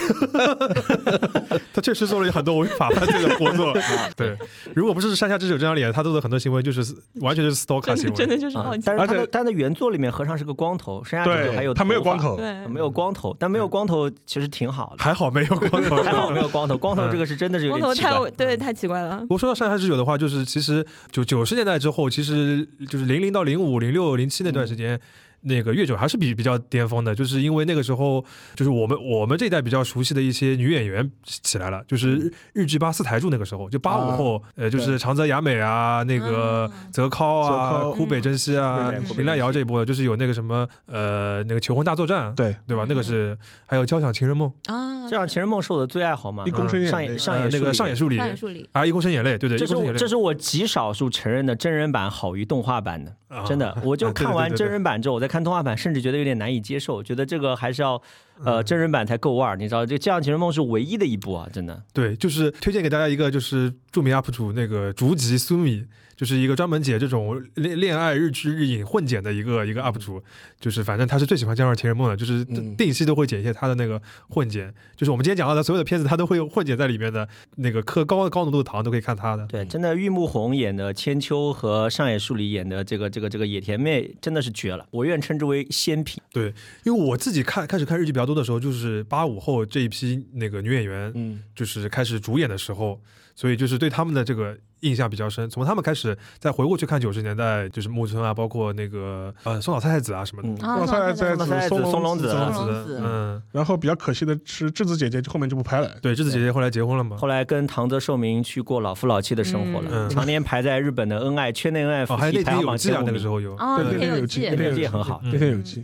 A: 他确实做了很多违法犯罪的工
D: (laughs)
A: 作。对，如果不是山下智久这张脸，他做的很多行为就是完全就是 stalker
D: 真
A: 行
D: 的 (laughs)
A: 为。
D: 真的就是报
C: 啊
D: 警。
C: 但是它
B: 而
C: 的
B: 且
C: 它的原作里面和尚是个光头，剩下就还
B: 对，
C: 有
B: 他没有
C: 头发
B: 光，头，嗯
D: 对，
C: 没有光头，但没有光头其实挺好
B: (laughs)
C: 的，
A: 还好没有光头。
C: 还好没有光头，光
B: 嗯
C: 头这个是真的是有
D: 光
C: 点
D: 头
C: 奇
D: 太
C: 怪，嗯
D: 对太奇怪了。
A: 不过说到山下智久的话，就是其实九九十年代之后，其实就是零零到零五、零六、零七那段时间，那个月九还是比比较巅峰的，就是因为那个时候，就是我们我们这一代比较熟悉的一些女演员起来了，就是日日剧八四台柱那个时候，就八五
B: 啊
A: 后，呃，就是长泽雅美啊，那个
D: 嗯
A: 泽尻啊
B: 泽、尻
A: 枯北真希啊
B: 嗯、
A: 林濑遥这一波，就是有那个什么呃那个求婚大作战，
B: 对，
A: 对吧？那个是还有交响情人梦，
D: 啊，
C: 这样《情人梦》是我的最爱好吗
B: 一？公升
C: 上
B: 演
C: 野
B: 那
C: 上
A: 呃
C: 野
A: 那个上野
C: 树
A: 树里
D: 半树里
A: 啊，一公升眼泪，对对，
C: 里，这
A: 一
C: 是
A: 公升
C: 我
A: 眼泪
C: 这是我极少数承认的真人版好于动画版的，
A: 啊
C: 真的，我就
A: (laughs) 啊对
C: 看
A: 对
C: 完
A: 对对
C: 真
A: 对
C: 人版之后，我再看动画版，甚至觉得有点难以接受，觉得这个还是要
A: 嗯
C: 呃真人版才够味儿，你知道，这《这样情人梦》是唯一的一部啊，真的。
A: 对，就是推荐给大家一个，就是著名 UP 主那个竹吉苏米，就是一个专门解这种恋恋爱日剧日影混剪的一个一个 UP 主，就是反正他是最喜欢《这样的情人梦》的，就是
B: 嗯
A: 定期都会剪一些他的那个混剪，就是我们今天讲到的所有的片子，他都会有混剪在里面的，那个嗑高高浓度的糖都可以看他的。
C: 对，真的，玉木宏演的千秋和上野树里演的这个这个这个野田妹真的是绝了，我愿称之为仙品。
A: 对，因为我自己看开始看日剧比较多的时候，就是八五后这一批那个女演员，
B: 嗯，
A: 就是开始主演的时候，所以就是对他们的这个印象比较深。从他们开始再回过去看九十年代，就是木村啊，包括那个呃松岛菜菜子啊什么的，
C: 嗯，
D: 啊，
B: 哇塞
D: 对
B: 在
D: 对
C: 松
D: 对
C: 岛菜菜
B: 松
C: 子松隆子啊
A: 松
D: 松
A: 隆
D: 隆
A: 子
D: 子，
A: 嗯，
B: 然后比较可惜的是智子姐姐后面就不拍了，
A: 对，智子姐姐后来结婚了嘛
C: 后？来跟唐泽寿明去过老夫老妻的生活了，
A: 嗯
C: 常年排在日本的恩爱圈内恩爱夫
A: 哦， (laughs) 还有
C: 妻
A: 那
C: 排
A: 天
C: 行
A: 有
C: 榜
A: 伎
C: 前
A: 俩
C: 五
A: 那个
C: 名
A: 时。候有，
D: 啊，
B: 对，
A: 对
B: 那
D: 天
B: 天有
D: 记
B: 那，
C: 对
B: 天
C: 这
B: 有
C: 也
B: 记
C: 很好
A: 嗯
B: 那天有记。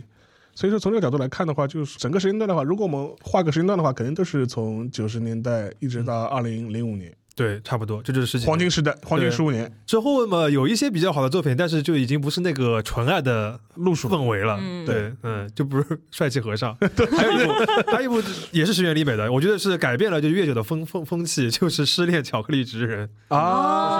B: 所以说，从这个角度来看的话，就是整个时间段的话，如果我们画个时间段的话，肯定都是从九十年代一直到二零零五年
A: 对，差不多，这就是十几
B: 黄金
A: 年
B: 时代，黄金十五年
A: 之后嘛，有一些比较好的作品，但是就已经不是那个纯爱的
B: 路数。
A: 氛围了，
D: 嗯
A: 对，嗯，就不是帅气 (laughs) 和尚。还有一部，还有一部也是石原里美的，我觉得是改变了就月久的风风风气，就是《失恋巧克力职人》。啊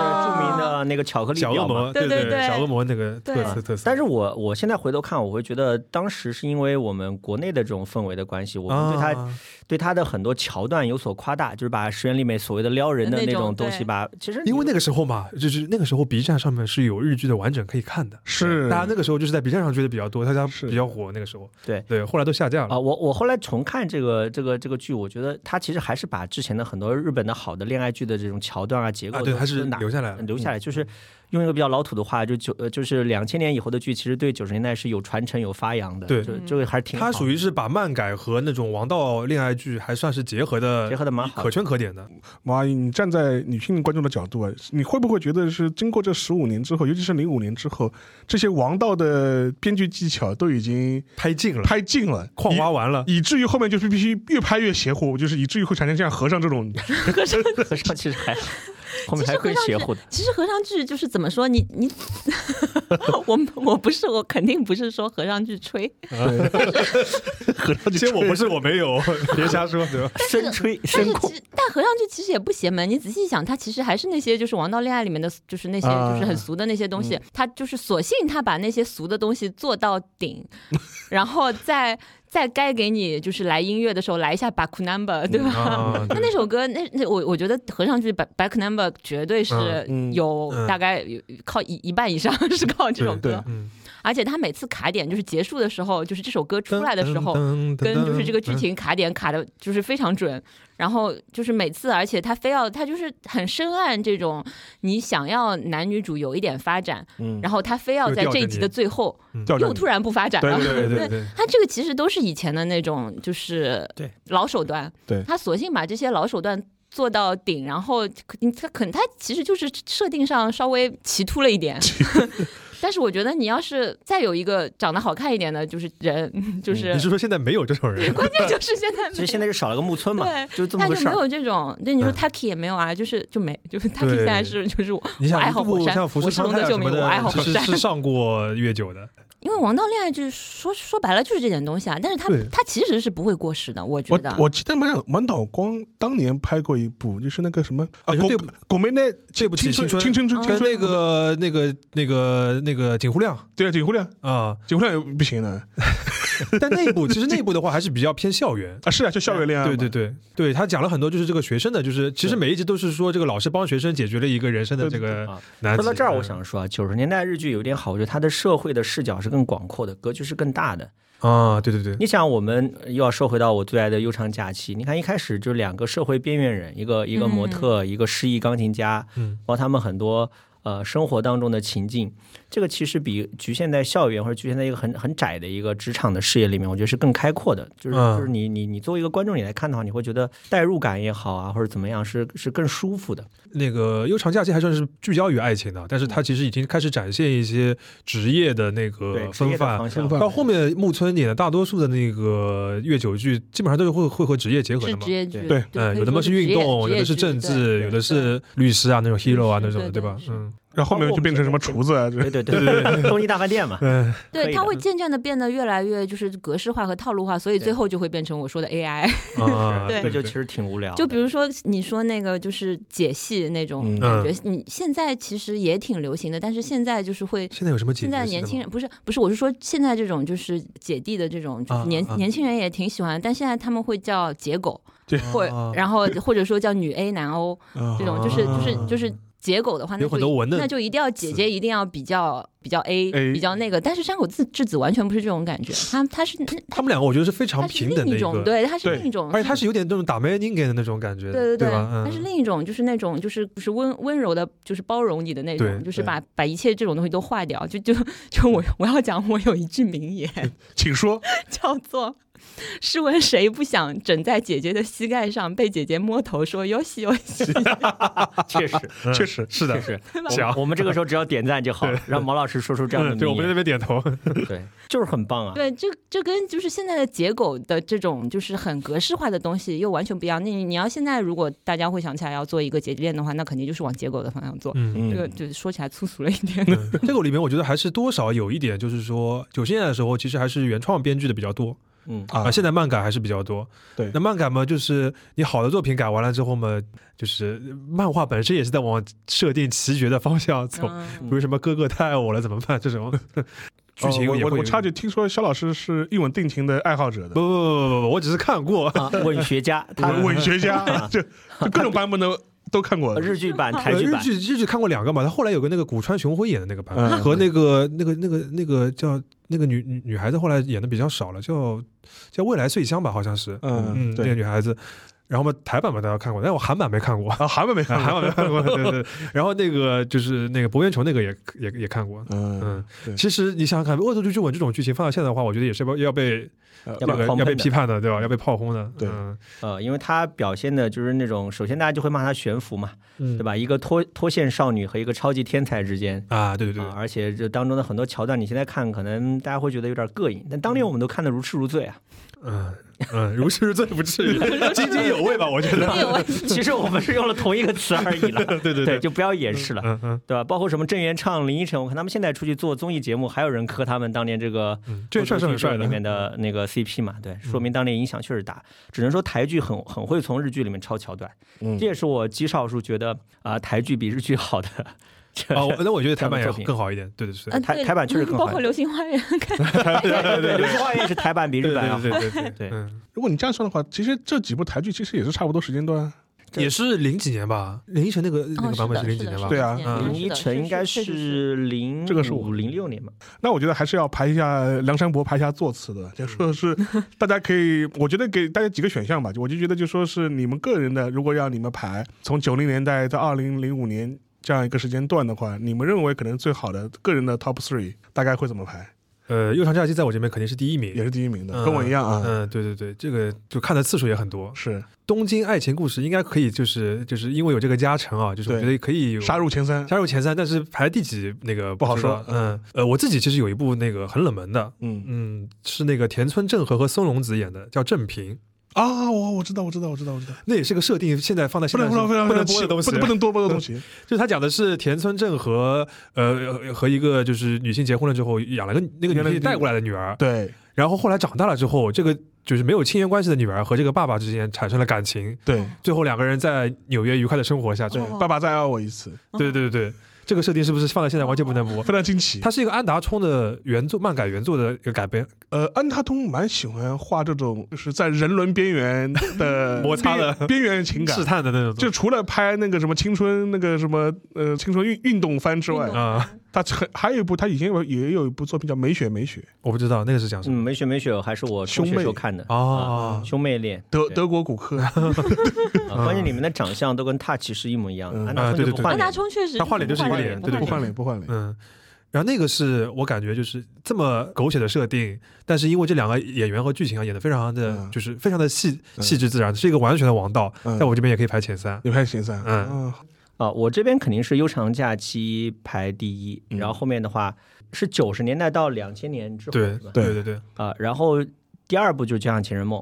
C: 就是
D: 哦
C: 著名的那个巧克力
A: 小恶
C: 表嘛
A: 魔，
D: 对
A: 对
D: 对对
A: 小恶魔那个特
D: 对
A: 色特色。
C: 但是我我现在回头看，我会觉得当时是因为我们国内的这种氛围的关系，我们对他、
A: 啊
C: 对他的很多桥段有所夸大，就是把石原里美所谓的撩人的
D: 那
C: 那
D: 种
C: 种东西
D: 对
C: 吧，其实
A: 因为那个时候嘛，就是那个时候 B 站上面是有日剧的完整可以看的，
B: 是
A: 大家那个时候就是在 B 站上追的比较多，大家
B: 是
A: 比较火那个时候。
C: 对
A: 对，后来都下架
C: 啊、
A: 了。
C: 我我后来重看这个这个这个剧，我觉得他其实还是把之前的很多日本的好的恋爱剧的这种桥段啊、结构
A: 啊，
C: 都
A: 对，还是
C: 都拿
A: 留下来了。嗯
C: 留下来，就是用一个比较老土的话，就九呃就是两千年以后的剧，其实对九十年代是有传承、有发扬的。
A: 对
C: 就
D: 嗯
C: 这个还是挺好
A: 它
C: 的。
A: 属于是把漫改和那种王道恋爱剧还算是结合的，
C: 结合的蛮好
A: 可
C: 的。
A: 圈可点的。
B: 王阿姨，你站在女性观众的角度啊，你会不会觉得是经过这十五年之后，尤其是零五年之后，这些王道的编剧技巧都已经
A: 拍尽了，
B: 拍尽了，
A: 矿挖完了，
B: 以，以至于后面就是必须越拍越邪乎，就是以至于会产生像和尚这种
D: (laughs)
C: 合唱其实还好，后面还
D: 其实
C: 更
D: 合唱
C: 邪
D: 是
C: 乎的。
D: 其实合唱剧就是怎么说，你你， (laughs) 我我不是我肯定不是说合唱剧吹，
B: 和尚就
A: 先我不是我没有， (laughs) 别瞎说，对吧？
C: (laughs)
D: (laughs)
C: 深吹
D: 但
C: 深
D: 是
C: 控
D: 其，但合唱剧其实也不邪门。你仔细一想，它其实还是那些就是王道恋爱里面的，就是那些
B: 啊
D: 就是很俗的那些东
C: 嗯
D: 西。它就是索性它把那些俗的东西做到顶，然后再再该给你就是来音乐的时候来一下 back number，对吧？
A: (laughs) 啊，
D: 那那首歌，那那我我觉得合唱剧《Back Back Number》绝对是
B: 嗯嗯
D: 有
A: 嗯
D: 大概有靠一一半以上是靠这首
A: 对
D: 歌，
A: 嗯，
D: 而且它每次卡点就是结束的时候，就是这首歌出来的时候，
A: 噔，嗯
D: 跟就是这个剧
A: 剧情，
D: 情卡点卡的，就是非常准。然后就是每次，而且他非要他就是很深谙这种你想要男女主有一点发展，
B: 嗯
D: 然后他非要在这一集的最后
B: 吊着
D: 又
B: 你
D: 突然不发展了。
A: 对对对，
D: 他这个其实都是以前的那种就是
C: 对
D: 老手段，
B: 对
D: 他索性把这些老手段。做到顶，然后可你他可能他其实就是设定上稍微奇突了一点，但是我觉得你要是再有一个长得好看一点的，就是人，就是、
A: 你是说现在没有这种人？
D: 关键就是现在没有，
C: 其实现在就少了个木村嘛，
D: 对
C: 就这么
D: 他
C: 个
D: 就
C: 事
D: 没
C: 儿。
D: 有这种，对你说
A: 嗯
D: Taki 也没有啊，就是就没，就是 Taki
A: 对
D: 现在是就是我
A: 你
D: 我
A: 想
D: 爱
A: 一
D: 好
A: 部
D: 火
A: 像
D: 山，
A: 福
D: 我
A: 士
D: 是
A: 康
D: 龙
A: 泰
D: 的
A: 什
D: 救
A: 么
D: 命，我爱
A: 的，
D: 好
A: 其
D: 火
A: 实
D: 山。
A: 是上过月九的，
D: 因为王道恋爱就是说说白了就是这点东西啊，但是它
A: 对
D: 它其实是不会过时的，我觉
B: 我
D: 得。啊
B: 我记得满脑满岛光当年拍过一部，就是那个什么啊，
A: 哎
B: 巩
A: 对
B: 巩梅奈
A: 对不起
B: 青春
A: 青
B: 青
A: 春
B: 春
D: 嗯
B: 青
A: 跟
B: 春
A: 那个那个那个那个景湖亮
B: 对啊，锦湖亮，
A: 啊，
B: 锦湖亮也不行的
A: 但内部其实内部的话还是比较偏校园。
B: 啊，是啊，就校园恋爱嘛，
A: 对对对对，他讲了很多，就是这个学生的，就是其实每一集都是说这个老师帮学生解决了一个人生的这个
C: 啊
A: 难题。嗯
C: 说到这儿，我想说啊，九十年代日剧有一点好，我觉得它的社会的视角是更广阔的，格局是更大的。
A: 啊，对对对，
C: 你想，我们又要说回到我最爱的《悠长假期》，你看一开始就两个社会边缘人，一个一个
D: 嗯
C: 模特，一个失意钢琴家，
A: 嗯，
C: 包括他们很多呃生活当中的情境，这个其实比局限在校园或者局限在一个很很窄的一个职场的视野里面，我觉得是更开阔的。就是
A: 嗯
C: 就是你你你作为一个观众你来看的话，你会觉得代入感也好啊，或者怎么样是是更舒服的。
A: 那个《悠长假期》还算是聚焦于爱情的，但
C: 嗯
A: 是它其实已经开始展现一些职业的
C: 对，
A: 那个
C: 职业
A: 风
C: 的
A: 范。
C: 方向
B: 分范
A: 到后面木村演的大多数的那个越久剧，基本上都是会会和职业结合
D: 是
A: 的嘛
D: 职。业剧，
C: 对
A: 嗯，有的
D: 可
A: 嘛
D: 以说
A: 是
D: 是
A: 运动，
D: 职业
A: 有的
D: 职
A: 是
D: 业
A: 政
D: 剧
A: 治，有的是律师啊那种 hero 啊那种的，
D: 对对
A: 吧？
D: 是
A: 嗯，
B: 然后后面就变成什么厨子啊，这
C: 对对对对， (laughs) 东京大饭店嘛， (laughs)
A: 嗯，
D: 对
C: 可
D: 对，
C: 以
D: 它
C: 的
D: 会渐渐的变得越来越就是格式化和套路化，所以
C: 对
D: 最后就会变成我说的 AI。
A: (laughs) 啊，
D: 对
C: 这就其实挺无聊的。
D: 就比如说你说那个就是解析那种
B: 嗯
D: 感觉，你现在其实也挺流行的，但是现在就是会
A: 现在有什么解
D: 现
A: 决性的吗？
D: 在年轻人不是不是，我是说现在这种就是姐弟的这种，就
A: 啊
D: 是年、
A: 啊啊
D: 年轻人也挺喜欢，但现在他们会叫姐狗，
B: 对
D: 或、
A: 啊
D: 然后或者说叫女 A 男 O
B: 啊
D: 这种，就是就是就是姐狗的话，那
A: 哦有很
D: 就
A: 多文的
D: 那就一定要姐姐一定要比较比较 A,
B: A
D: 比较那个，但是山口智智子完全不是这种感觉，他他是
A: 他们两个我觉得是非
D: 他
A: 常
D: 是
A: 平等
D: 另
A: 的
D: 一
A: 个
D: 种，，对，他是
B: 对
D: 另一种，
A: 而且他是有点那种打 m a n i n g 的那种感觉，
D: 对对，
A: 吧？
D: 它是
A: 嗯，
D: 另一种，就是那种就是就是温温柔的，就是包容你的那
A: 对
D: 种，就是
B: 对
D: 把把一切这种东西都化掉。就就就我我要讲，我有一句名言 (laughs)
B: 请说，
D: 叫做“试问谁不想枕在姐姐的膝盖上，被姐姐摸头说有喜有喜
C: (laughs) 确实，
A: 嗯
B: 确实
A: 是
C: 确
A: 的，
C: 实，
D: (laughs) 对吧
A: 想
C: 我我们这个时候只要点赞就好，让毛老师说出这样的
A: 嗯，对，我
C: 名
A: 们在那
C: 言，
A: 边点头，
C: 对，就是很棒啊”？。
D: 对，这这跟就是现在的解狗的这种就是很格式化的东西又完全不一样。那你你要现在如果大家会想起来要做一个姐弟恋的话，那肯定就是往解狗的方向做。
A: 嗯。
D: 这个
B: 嗯，
D: 就是说起来粗俗了一点，
A: 嗯 (laughs) 这个里面我觉得还是多少有一点，就是说九十年代的时候，其实还是原创编剧的比较多
C: 嗯，
A: 啊、
B: 啊，
A: 现在漫改还是比较多。
B: 对
A: 那漫改嘛，就是你好的作品改完了之后嘛，就是漫画本身也是在往设定奇绝的方
D: 嗯
A: 向走，比如什么哥哥太爱我了怎么办这 (laughs) 种剧情也
B: 哦我
A: 会有嗯一
B: 我
A: 点、
B: 我插句，听说肖老师是一吻定情的爱好者
A: 不
B: 的，
A: 不不不不，我只是看过。
C: 啊，文学家，他
B: 文文学 (laughs)
A: 嗯
B: 家，这这各种版本的都看过，
C: 日剧
D: (laughs)
C: 版、台
A: 呃
C: 剧
A: 日
C: 版，
A: 剧日剧看过两个嘛，他后来有个那个古川雄辉演的那个版本，
B: 嗯
A: 和那个那个那个那个叫那个女女女孩子后来演的比较少了，叫叫未来碎香吧，好像是。
B: 嗯
A: 嗯，那个
B: 对，
A: 女孩子，然后嘛，台版嘛大家看过，但我韩版没看过，
B: 啊，韩版没看
A: (laughs) 韩
B: 过，
A: 版没看过。对对。对然后那个就是那个博圆球那个也也也看过。
B: 嗯
A: 嗯，
B: 对
A: 其实你想想看，《恶作剧之吻》这种剧情放到现在的话，我觉得也是要要被
B: 呃
C: 要
A: 那
C: 不
A: 个
C: 然
A: 要被
C: 狂喷的
A: 批判的，对吧？要被炮轰的。
B: 对
A: 嗯
C: 呃，因为他表现的就是那种，首先大家就会骂他悬浮嘛，
A: 嗯
C: 对吧？一个脱脱线少女和一个超级天才之间。
A: 啊，对对对
C: 啊，而且这当中的很多桥段，你现在看可能大家会觉得有点膈应，但当年我们都看得如痴如醉啊。
A: 嗯嗯，如是最不至 (laughs) 于，津津有味吧？我觉得。
D: 因为我
C: 其实我们是用了同一个词而已了，
A: 对对
C: 对，，就不要掩饰了。
A: 嗯嗯
C: 对吧？包括什么郑元畅、林依晨，我看他们现在出去做综艺节目，还有人磕他们当年这个
A: 嗯，这帅是很帅
C: 里面
A: 的。
C: 的那个 CP 嘛，对，说明当年影响确实大。只能说台剧很很会从日剧里面抄桥段，
B: 嗯
C: 这也是我极少数觉得啊、台剧比日剧好的。这
A: 哦，那我觉得台版
C: 这样的
A: 也
C: 作品
A: 更好一点。对对对
D: 啊
A: 对
C: 台
D: 对
C: 台版确实更好
D: 包括《流星花园》看，
C: 对对对，流星花园是台版比日
D: 呃
C: 版要好。
A: 对对对
C: 对
A: 嗯，
B: 如果你这样算的话，其实这几部台剧其实也是差不多时间段。啊
C: 这
A: (laughs) 也是零几年吧，林依晨那个那
D: 哦
A: 个
D: 是
A: 版本
D: 的，
A: 零
D: 是
A: 几年
D: 的，
A: 吧？
B: 对啊
A: 嗯
C: 林依晨应该是零
B: 这个是我
C: 五零六年吧，
B: 那我觉得还是要排一下梁山伯排一下座次的，就说是大家可以，我觉得给大家几个选项吧，就我就觉得就说是你们个人的，如果要你们排从九零年代到二零零五年这样一个时间段的话，你们认为可能最好的个人的 top three 大概会怎么排？
A: 呃，悠长假期在我这边肯定是第一名，
B: 也是第一名的，
A: 嗯
B: 跟我一样啊，
A: 嗯，对对对，这个就看的次数也很多。《
B: 是
A: 东京爱情故事》应该可以，就是就是因为有这个加成啊，就是我
B: 对
A: 觉得可以有
B: 杀入前三。
A: 加入前三，但是排第几那个
B: 不好
A: 知道
B: 说
A: 嗯，呃，我自己其实有一部那个很冷门的，
B: 嗯
A: 嗯，是那个田村正和和松隆子演的，叫《正平》，
B: 啊，我我知道，我知道，我知道，我知道，
A: 那也是个设定，现在放在
B: 不
A: 现在
B: 能不能
A: 是
B: 能
A: 不
B: 不能
A: 能播的东
B: 不
A: 西，
B: 能不能多播的东西。
A: 就是他讲的是田村正和呃和一个就是女性结婚了之后养了个那个
B: 原来
A: 女
B: 是
A: 性带过来的女儿，
B: 对
A: 然后后来长大了之后，这个就是没有亲缘关系的女儿和这个爸爸之间产生了感情，
B: 对
A: 最后两个人在纽约愉快的生活下去。
B: 对，爸爸再爱我一次，
A: 对对对对，这个设定是不是放在现在完全不能播？
B: 非常惊奇。
A: 它是一个安达充的原作漫改原作的一个改编，
B: 呃，安塔通蛮喜欢画这种就是在人伦边缘 (laughs) 的
A: 摩擦的
B: 边边缘情感
A: 试。探的那种。
B: 就除了拍那个什么青春那个什么呃青春运运动番之外
D: 运，动
A: 啊、
B: 他很还有一部他以前有也有一部作品叫《美雪美雪
A: 我不知道那个是讲什
C: 嗯，
A: 么。
C: 美雪美雪还是我中学时候看的
A: 哦
C: 啊兄妹恋》，
B: 德
C: 对
B: 德国骨科，
C: 啊关键里面的长相都跟踏骑是一模一样的，
B: 嗯
C: 安
A: 啊
C: 达充就
A: 对对
C: 不
A: 对
C: 换
D: 安
C: 脸
D: 达，充确实
A: 他换脸就是一个
D: 脸
A: 脸，对对
B: 不
A: 对
B: 换脸不换脸。
A: 嗯，然后那个是我感觉就是这么狗血的设定，但是因为这两个演员和剧情啊演的非常的、
B: 嗯
A: 就是非常的细
B: 嗯
A: 细致自然，是一个完全的王道，
B: 嗯
A: 在我这边也可以排前三。
B: 你看行三，
A: 嗯
B: 嗯，
C: 啊，我这边肯定是悠长假期排第一，
B: 嗯
C: 然后后面的话是九十年代到两千年之后，
A: 对
C: 是吧
A: 对对对
C: 啊，然后第二部就是《就像情人梦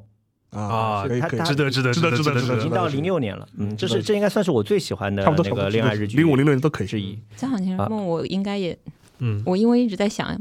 B: 啊，
A: 啊
B: 可以
C: 他
B: 可以
C: 他，
A: 值得值得
B: 值得值
A: 值
B: 得值
A: 值
B: 得》，
C: 已经
A: 得。
C: 到零六年了，嗯，这是这应该算是我最喜欢的
B: 差不多
C: 那
B: 差不
C: 个
B: 多
C: 恋爱日剧
B: 零五零六都可以。嗯
C: 之一。
D: 《交响情
A: 啊
D: 人梦》，我应该也，
A: 嗯，
D: 我因为一直在想，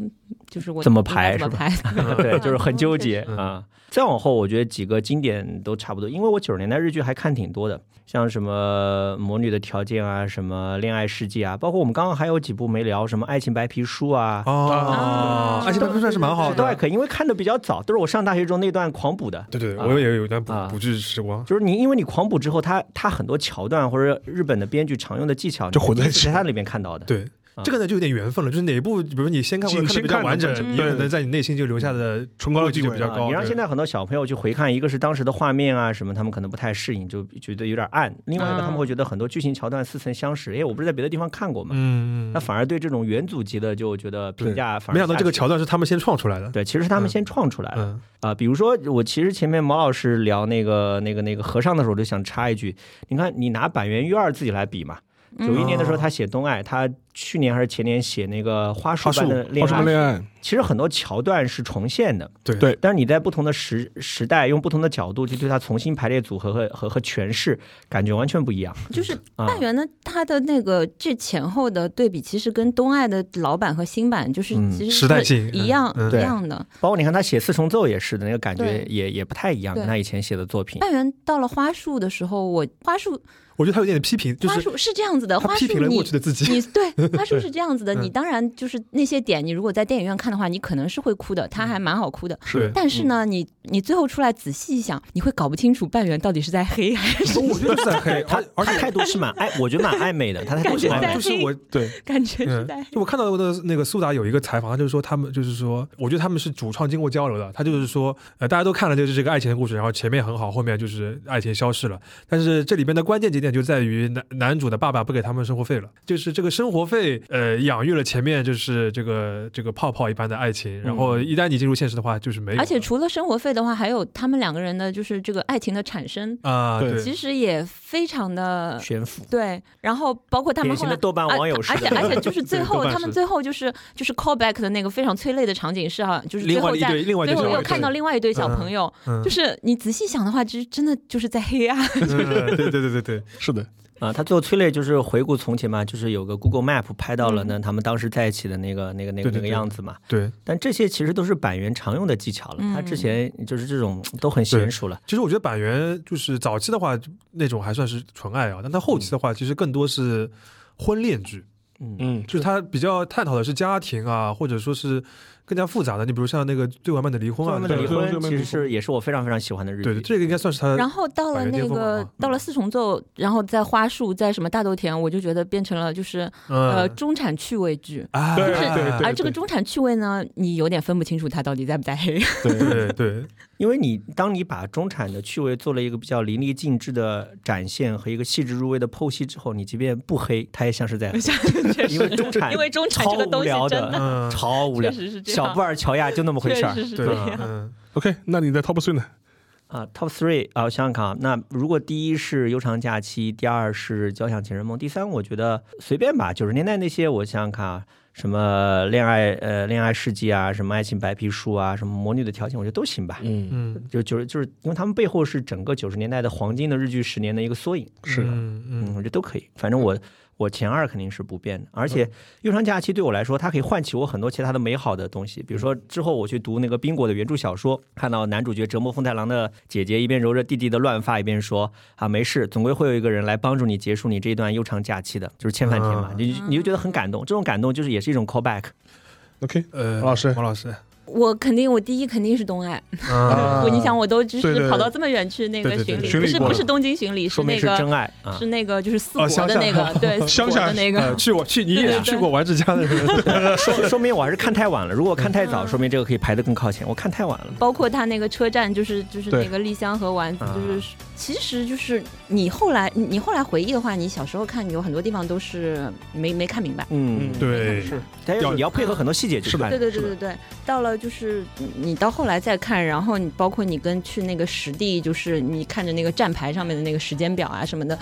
D: 就是我
C: 怎么
D: 应该
C: 排
D: 怎
C: 是
D: 么
C: 吧
D: 排？
C: (laughs) 对，就是很纠结
A: 嗯
C: 啊。再往后，我觉得几个经典都差不多，因为我九十年代日剧还看挺多的，像什么《魔女的条件》啊，什么《恋爱世纪》啊，包括我们刚刚还有几部没聊，什么《爱情白皮书》啊，
A: 哦
D: 啊，
A: 爱情白皮书还是蛮好
C: 都
A: 的
C: 还。可以，因为看的比较早，都是我上大学中那段狂补的。
A: 对对，
C: 啊
A: 我也有一段补
C: 啊
A: 补剧时光。
C: 就是你，因为你狂补之后，它它很多桥段或者日本的编剧常用的技巧，
B: 就混在一起
C: 你是在它里面看到的。
A: 对
C: 啊，
A: 这个呢就有点缘分了，就是哪部，比如你先看或者
B: 请
A: 看的比
B: 先
A: 较
B: 看
A: 完整
B: 的，
A: 你
B: 对
A: 可能在你内心就留下的
B: 崇高的
A: 位置就
B: 地位
A: 比较
C: 啊
A: 高。
C: 你让
A: 对
C: 现在很多小朋友去回看，一个是当时的画面啊什么，他们可能不太适应，就觉得有点暗；另外一个，
D: 嗯
A: 啊
C: 他们会觉得很多剧情桥段似曾相识，哎，我不是在别的地方看过吗？
A: 嗯，嗯
C: 那反而对这种元祖级的，就觉得评价反而
A: 没想到这个
C: 下去
A: 桥段是他们先创出来的。
C: 对，其实是他们
A: 嗯
C: 先创出来的。
A: 嗯，
C: 啊，比如说我其实前面毛老师聊那个那个那个和尚的时候，我就想插一句，你看你拿板垣裕二自己来比嘛，
D: 嗯
C: 九一年的时
A: 哦
C: 候他写《东爱》，他去年还是前年写那个花束
B: 花束
C: 般的
B: 花
C: 恋
B: 束
C: 爱，
B: 恋爱，
C: 其实很多桥段是重现的，
A: 对
B: 对
C: 但是你在不同的时时代用不同的角度去对它重新排列组合和和和诠释，感觉完全不一样
D: 就是
C: 啊。
D: 半圆呢，它的那个这前后的对比，其实跟东爱的老版和新版就是
C: 嗯
D: 其实
A: 时代性
D: 一样
A: 嗯嗯
D: 一样的。
C: 包括你看他写四重奏也是的那个感觉
D: 对
C: 也也不太一样，
D: 对
C: 跟他以前写的作品。
D: 半圆到了花束的时候，我花束
A: 我觉得他有点批评，就
D: 花
A: 是
D: 束是这样子的，
A: 他
D: 花
A: 批
D: 束
A: 评了
D: 你
A: 过去的自己。嗯
D: 你对它是不是这样子的？你当然就是那些点，你如果在电影院看的话，你可能是会
A: 嗯
D: 哭的，它还蛮好哭的。
A: (laughs) 是
D: 但是呢，你你最后出来仔细一想，你会搞不清楚半圆到底是在黑还是 (laughs)
A: 我觉得是在黑，
C: 他
A: 而而
C: 他态度是蛮暧，我觉得蛮暧昧的，他态度
D: 感
C: 是
D: 觉
C: 蛮暧昧
D: 在
A: 就是
D: 黑，
A: 我
B: 对，
D: 感觉是
A: 嗯
D: 在黑。
A: 就我看到过的那个苏达有一个采访，他就是说他们就是说，我觉得他们是主创经过交流的，他就是说，呃，大家都看了就是这个爱情的故事，然后前面很好，后面就是爱情消逝了，但是这里边的关键节点就在于男男主的爸爸不给他们生活费了，就是这个生活费，呃，养育了前面就是这个这个泡泡一般的爱情，然后一旦你进入现实的话，就是没有了，
D: 而且除了生活费的话，还有他们两个人的就是这个爱情的产生，
A: 啊，
B: 对
A: 对
D: 其实也非常的
C: 悬浮，
D: 对，然后包括他们
C: 典
D: 后
C: 型
D: 来
C: 的。豆瓣
D: 而
C: 网友式
D: 而且
C: 的，
D: 而且就是最
A: 对豆
D: 后，
A: 瓣
D: 他们
A: 是
D: 最后就是就是 callback 的那个非常催泪的场景是啊，就是最
A: 另外
D: 后
A: 一
D: 在
A: 对另外一
D: 最
A: 对
D: 后
A: 小
D: 又
A: 孩
D: 看到另外一对小朋友，
A: 嗯
D: 就，是你仔细想的话，其实真的就是在黑暗。
A: 嗯对对对对对，
B: 是的，
C: 啊，他最后催泪就是回顾从前嘛，就是有个 Google Map 拍到
D: 嗯
C: 了呢，他们当时在一起的那个那个那个
A: 对
C: 那
A: 对
C: 个
A: 对
C: 样子嘛。
A: 对，
C: 但这些其实都是板垣常用的技巧了，他之
D: 嗯
C: 前就是这种都很娴
A: 对
C: 熟了。
A: 其实我觉得板垣就是早期的话，那种还算是纯爱啊，但他后期的话，其实更多是婚恋剧，
C: 嗯，
B: 嗯，
A: 就是他比较探讨的是家庭啊，或者说是更加复杂的。你比如像那个最完美的离婚
C: 最后，
A: 啊
C: 面
A: 那
C: 的离
A: 种
B: 对
C: 婚
B: 对对
C: 其实是也是我非常非常喜欢的日剧。
A: 对对，这个应该算是他
D: 然后到了
A: 呃百元
D: 那
A: 巅峰了
D: 个
A: 啊
D: 到了四重奏，然后在花束，在什么大豆田，我就觉得变成了就是呃
A: 嗯
D: 中产趣味剧。
A: 啊
B: 对
A: 对
B: 对
D: 而这个中产趣味呢，你有点分不清楚它到底在不在黑。 (laughs)
B: 对，
A: 对对
C: 因为你当你把中产的趣味做了一个比较淋漓尽致的展现和一个细致入微的剖析之后，你即便不黑，它也像
D: (laughs)
C: 是在黑因为中产
D: 因为中产
C: 超
D: 这个
C: 无
D: 东西
C: 聊
D: 真
C: 的，
D: 的
A: 嗯
C: 超无聊
D: 确。实是这样，
C: 小布尔乔亚就那么回
D: 确
C: 事儿
D: 实是
A: 对
D: 这样。
A: 嗯
B: OK，那你的 Top Three 呢？
C: 啊。Top three 啊，我想想看啊，那如果第一是悠长假期，第二是交响情人梦，第三我觉得随便吧，九十年代那些我想想看啊。什么恋爱呃恋爱事迹啊，什么爱情白皮书啊，什么魔女的条件，我觉得都行吧。
B: 嗯，
A: 嗯
C: 就就是就是因为他们背后是整个九十年代的黄金的日剧十年的一个缩影，
B: 是
A: 嗯
C: 嗯，我
A: 嗯
C: 觉得都可以。反正我我前二肯定是不变的，而且悠长假期对我来说，它可以唤起我很多其他的美好的东西，比如说之后我去读那个冰果的原著小说，看到男主角折磨风太郎的姐姐一边揉着弟弟的乱发，一边说啊没事，总归会有一个人来帮助你结束你这一段悠长假期的，就是千帆天马，
A: 嗯
C: 你就你就觉得很感动，这种感动就是也是一种 callback。
B: ，OK，
A: 呃，
B: 王老师
A: 王老 (laughs) 师
D: 我肯定，我第一肯定是东爱。
A: 啊
B: 啊
D: 我你想，我都就
B: 对
D: 是
B: 对
D: 跑到这么远去那个
A: 对对对
D: 巡
A: 巡
D: 不
B: 礼
D: 是
B: 过
D: 不
B: 了
D: 是东京巡礼，是
C: 说明
D: 那
C: 是
D: 个
C: 真爱啊
D: 是！那个就是四国
A: 哦乡
D: 的
A: 下
D: 那个对四
B: 乡
D: 国
B: 下
D: 的那
A: 呃
D: 个，
A: 去我去你
D: 对
A: 也
D: 对对
A: 去过丸之家的人
C: 说说明我还是看太晚了，如果看太早，说明这个可以排得更靠前。我看太晚了。
D: (laughs) 包括他那个车站，就是就是
B: 对
D: 那个丽香和丸子
C: 啊，
D: 就是其实就是你后来你你后来回忆的话，你小时候看有很多地方都是没没看明白。
C: 嗯，
B: 嗯
A: 对
B: 是
C: 但是
B: 要
C: 你要配合很多细节去
B: 是的
C: 看。
D: 对对
B: 是嗯
D: 对
B: 的
D: 对对，到了就是你你到后来再看，然后你包括你跟去那个实地，就是你看着那个站牌上面的那个时间表啊什么的，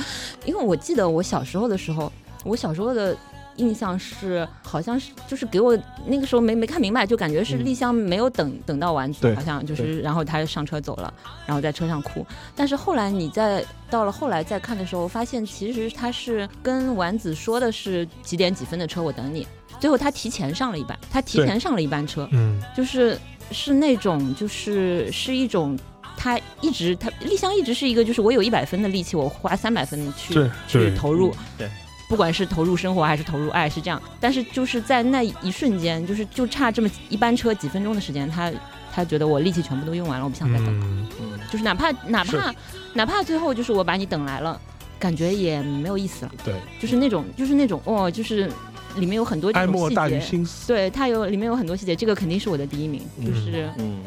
D: 因为我记得我小时候的时候，我小时候的。印象是，好像是就是给我那个时候没没看明白，就感觉是
B: 嗯
D: 丽香没有等、等到丸子，
B: 对
D: 好像就
B: 对
D: 是，然后她上车走了，然后在车上哭。但是后来你在到了后来再看的时候，发现其实他是跟丸子说的是几点几分的车我等你，最后他提前上了一班，他提
B: 对
D: 前上了一班车，
A: 嗯
D: 就是是那种就是是一种。他一直，他丽香一直是一个，就是我有一百分的力气，我花三百分去
B: 对
D: 去
A: 对
D: 投入，
C: 对，
D: 不管是投入生活还是投入爱，是这样。但是就是在那一瞬间，就是就差这么一班车几分钟的时间，他他觉得我力气全部都用完了，我不想再等了。
A: 嗯
C: 嗯
D: 就是哪怕哪
B: 是
D: 怕哪怕最后就是我把你等来了，感觉也没有意思了，
B: 对，
D: 就是那种就是那种哦，就是里面有很多这
B: 爱
D: 种
B: 莫
D: 细
B: 大于
D: 节。
B: 心思。
D: 对，它有里面有很多细节，这个肯定是我的第一名，就
B: 嗯
D: 是、
C: 嗯，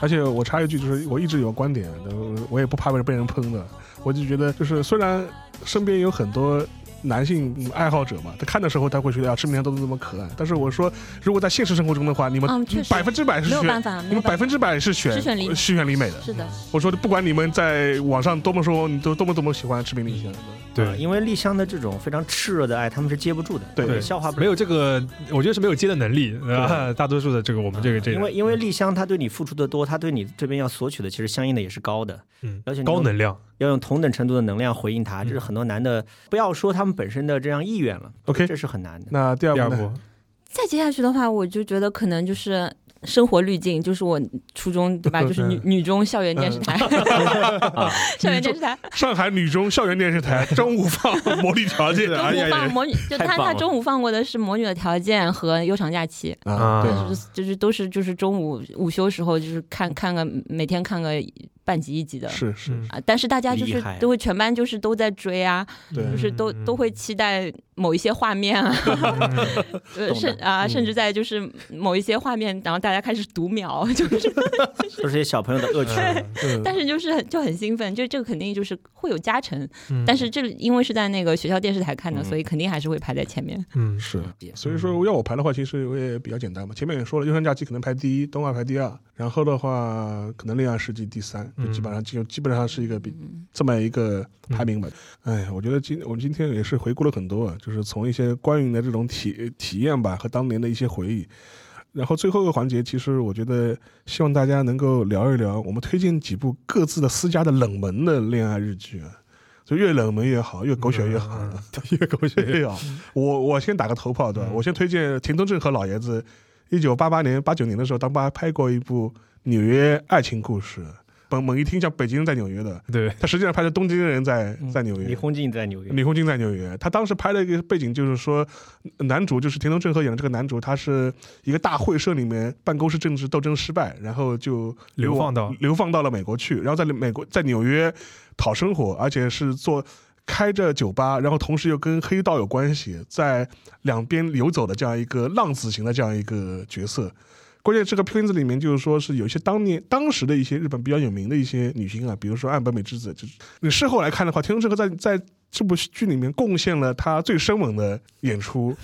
B: 而且我插一句，就是我一直有个观点，呃我也不怕被被人喷的。我就觉得，就是虽然身边有很多男性爱好者嘛，他看的时候他会觉得啊，这面都是这么可爱。但是我说，如果在现实生活中的话，你们
D: 嗯，确实
B: 百分之百是
D: 没有
B: 选
D: 办法，
B: 你
D: 没有
B: 们
D: 办
B: 百分之百是选
D: 是选李美
B: 是选李美的
D: 法，。是的，
B: 我说，不管你们在网上多么说，你都多么多么喜欢赤名丽香，
C: 啊
A: 对，
C: 因为丽香的这种非常炽热的爱，他们是接不住的，
B: 对
C: 他们消化不
A: 没
C: 了。
A: 有这个，我觉得是没有接的能力啊，大多数的这个我们这个这个
C: 因为因为丽香她对你付出的多，她对你这边要索取的其实相应的也是高的，
A: 嗯
C: 而且你
A: 高
C: 用
A: 能量
C: 要用同等程度的能量回应她，这是很多男的，不要说他们本身的这样意愿了
B: OK
C: 这是很难的。
B: 那第二
A: 第二
B: 部呢？
A: 步
D: 再接下去的话，我就觉得可能就是生活滤镜，就是我初中对吧？就是女女中校园电视台， (laughs) 校园电视台
B: 上海女中校园电视台中午放《魔力条 (laughs) 件》，
D: 中
B: 哎呀
D: 午放
B: 呀，
D: 魔女，就
C: 太
D: 他
C: 棒
D: 他
C: 了
D: 中午放过的是《魔女的条件》和《悠长假期》。
A: 啊
B: 对，
D: 就是就是都是就是中午午休时候就是看看个每天看个半集一集的
B: 是是，
A: 嗯
D: 啊，但是大家就
C: 厉
D: 是
C: 害
D: 都会全班就是都在追啊，
B: 对
D: 就是都
A: 嗯
D: 都会期待某一些画面 (laughs) 啊，呃
C: 懂的
D: 甚啊甚至在就是某一些画面，然后大家开始读秒， (laughs) 就是
C: 都是些小朋友的恶趣。
B: 嗯
D: 但是就是很就很兴奋，就这个肯定就是会有加成，
A: 嗯
D: 但是这里因为是在那个学校电视台看的，所以肯定还是会排在前面。
A: 嗯
B: 是，所以说要我排的话，其实我也比较简单嘛。前面也说了，优胜假期可能排第一，动画排第二，然后的话可能恋爱世纪第三，
A: 嗯
B: 就基本上就基本上是一个比这么一个排名吧。
A: 嗯
B: 哎，我觉得今我们今天也是回顾了很多啊，就是从一些关于的这种体体验吧和当年的一些回忆。然后最后一个环节，其实我觉得希望大家能够聊一聊，我们推荐几部各自的私家的冷门的恋爱日剧啊，就越冷门越好，越狗血越好，
A: 嗯
C: (laughs)
B: 越狗血越好。我我先打个头炮，
C: 嗯
B: 对吧？我先推荐田中正和老爷子，一九八八年、八九年的时候，当爸拍过一部《纽约爱情故事》，猛猛一听像北京人在纽约
C: (laughs)
B: 的，
A: 对，
B: 他实际上拍的东京人在在纽约。
C: 嗯李红进在纽约，
B: 李红金在纽约，他当时拍了一个背景，就是说，呃男主就是田中正和演的这个男主，他是一个大会社里面办公室政治斗争失败，然后就
A: 流放到
B: 往流放到了美国去，然后在美国在纽约讨生活，而且是做开着酒吧，然后同时又跟黑道有关系，在两边游走的这样一个浪子型的这样一个角色。关键这个片子里面就是说是有一些当年当时的一些日本比较有名的一些女星啊，比如说岸本美智子，就是你事后来看的话，田中正和在在这部剧里面贡献了她最生猛的演
A: (laughs)
B: 出，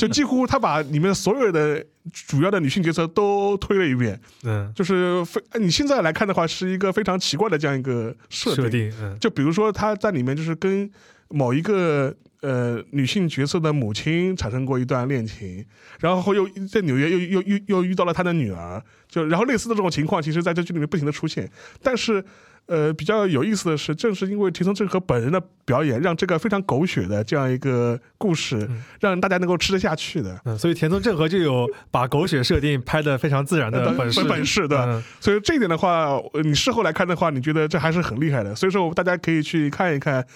B: 就几乎她把里面所有的主要的女性角色都推了一遍，
A: 嗯，
B: 就是非你现在来看的话是一个非常奇怪的这样一个设定，
A: 设定，嗯
B: 就比如说他在里面就是跟某一个呃女性角色的母亲产生过一段恋情，然后又在纽约又又又又遇到了他的女儿，就然后类似的这种情况，其实在这剧里面不停的出现，但是。呃，比较有意思的是，正是因为田中正和本人的表演，让这个非常狗血的这样一个故事，让大家能够吃得下去的。
A: 嗯，所以田中正和就有把狗血设定拍的非常自然
B: 嗯
A: 的呃本事，
B: 本事对吧
A: 嗯
B: 所以这一点的话，呃你事后来看的话，你觉得这还是很厉害的。所以说，大家可以去看一看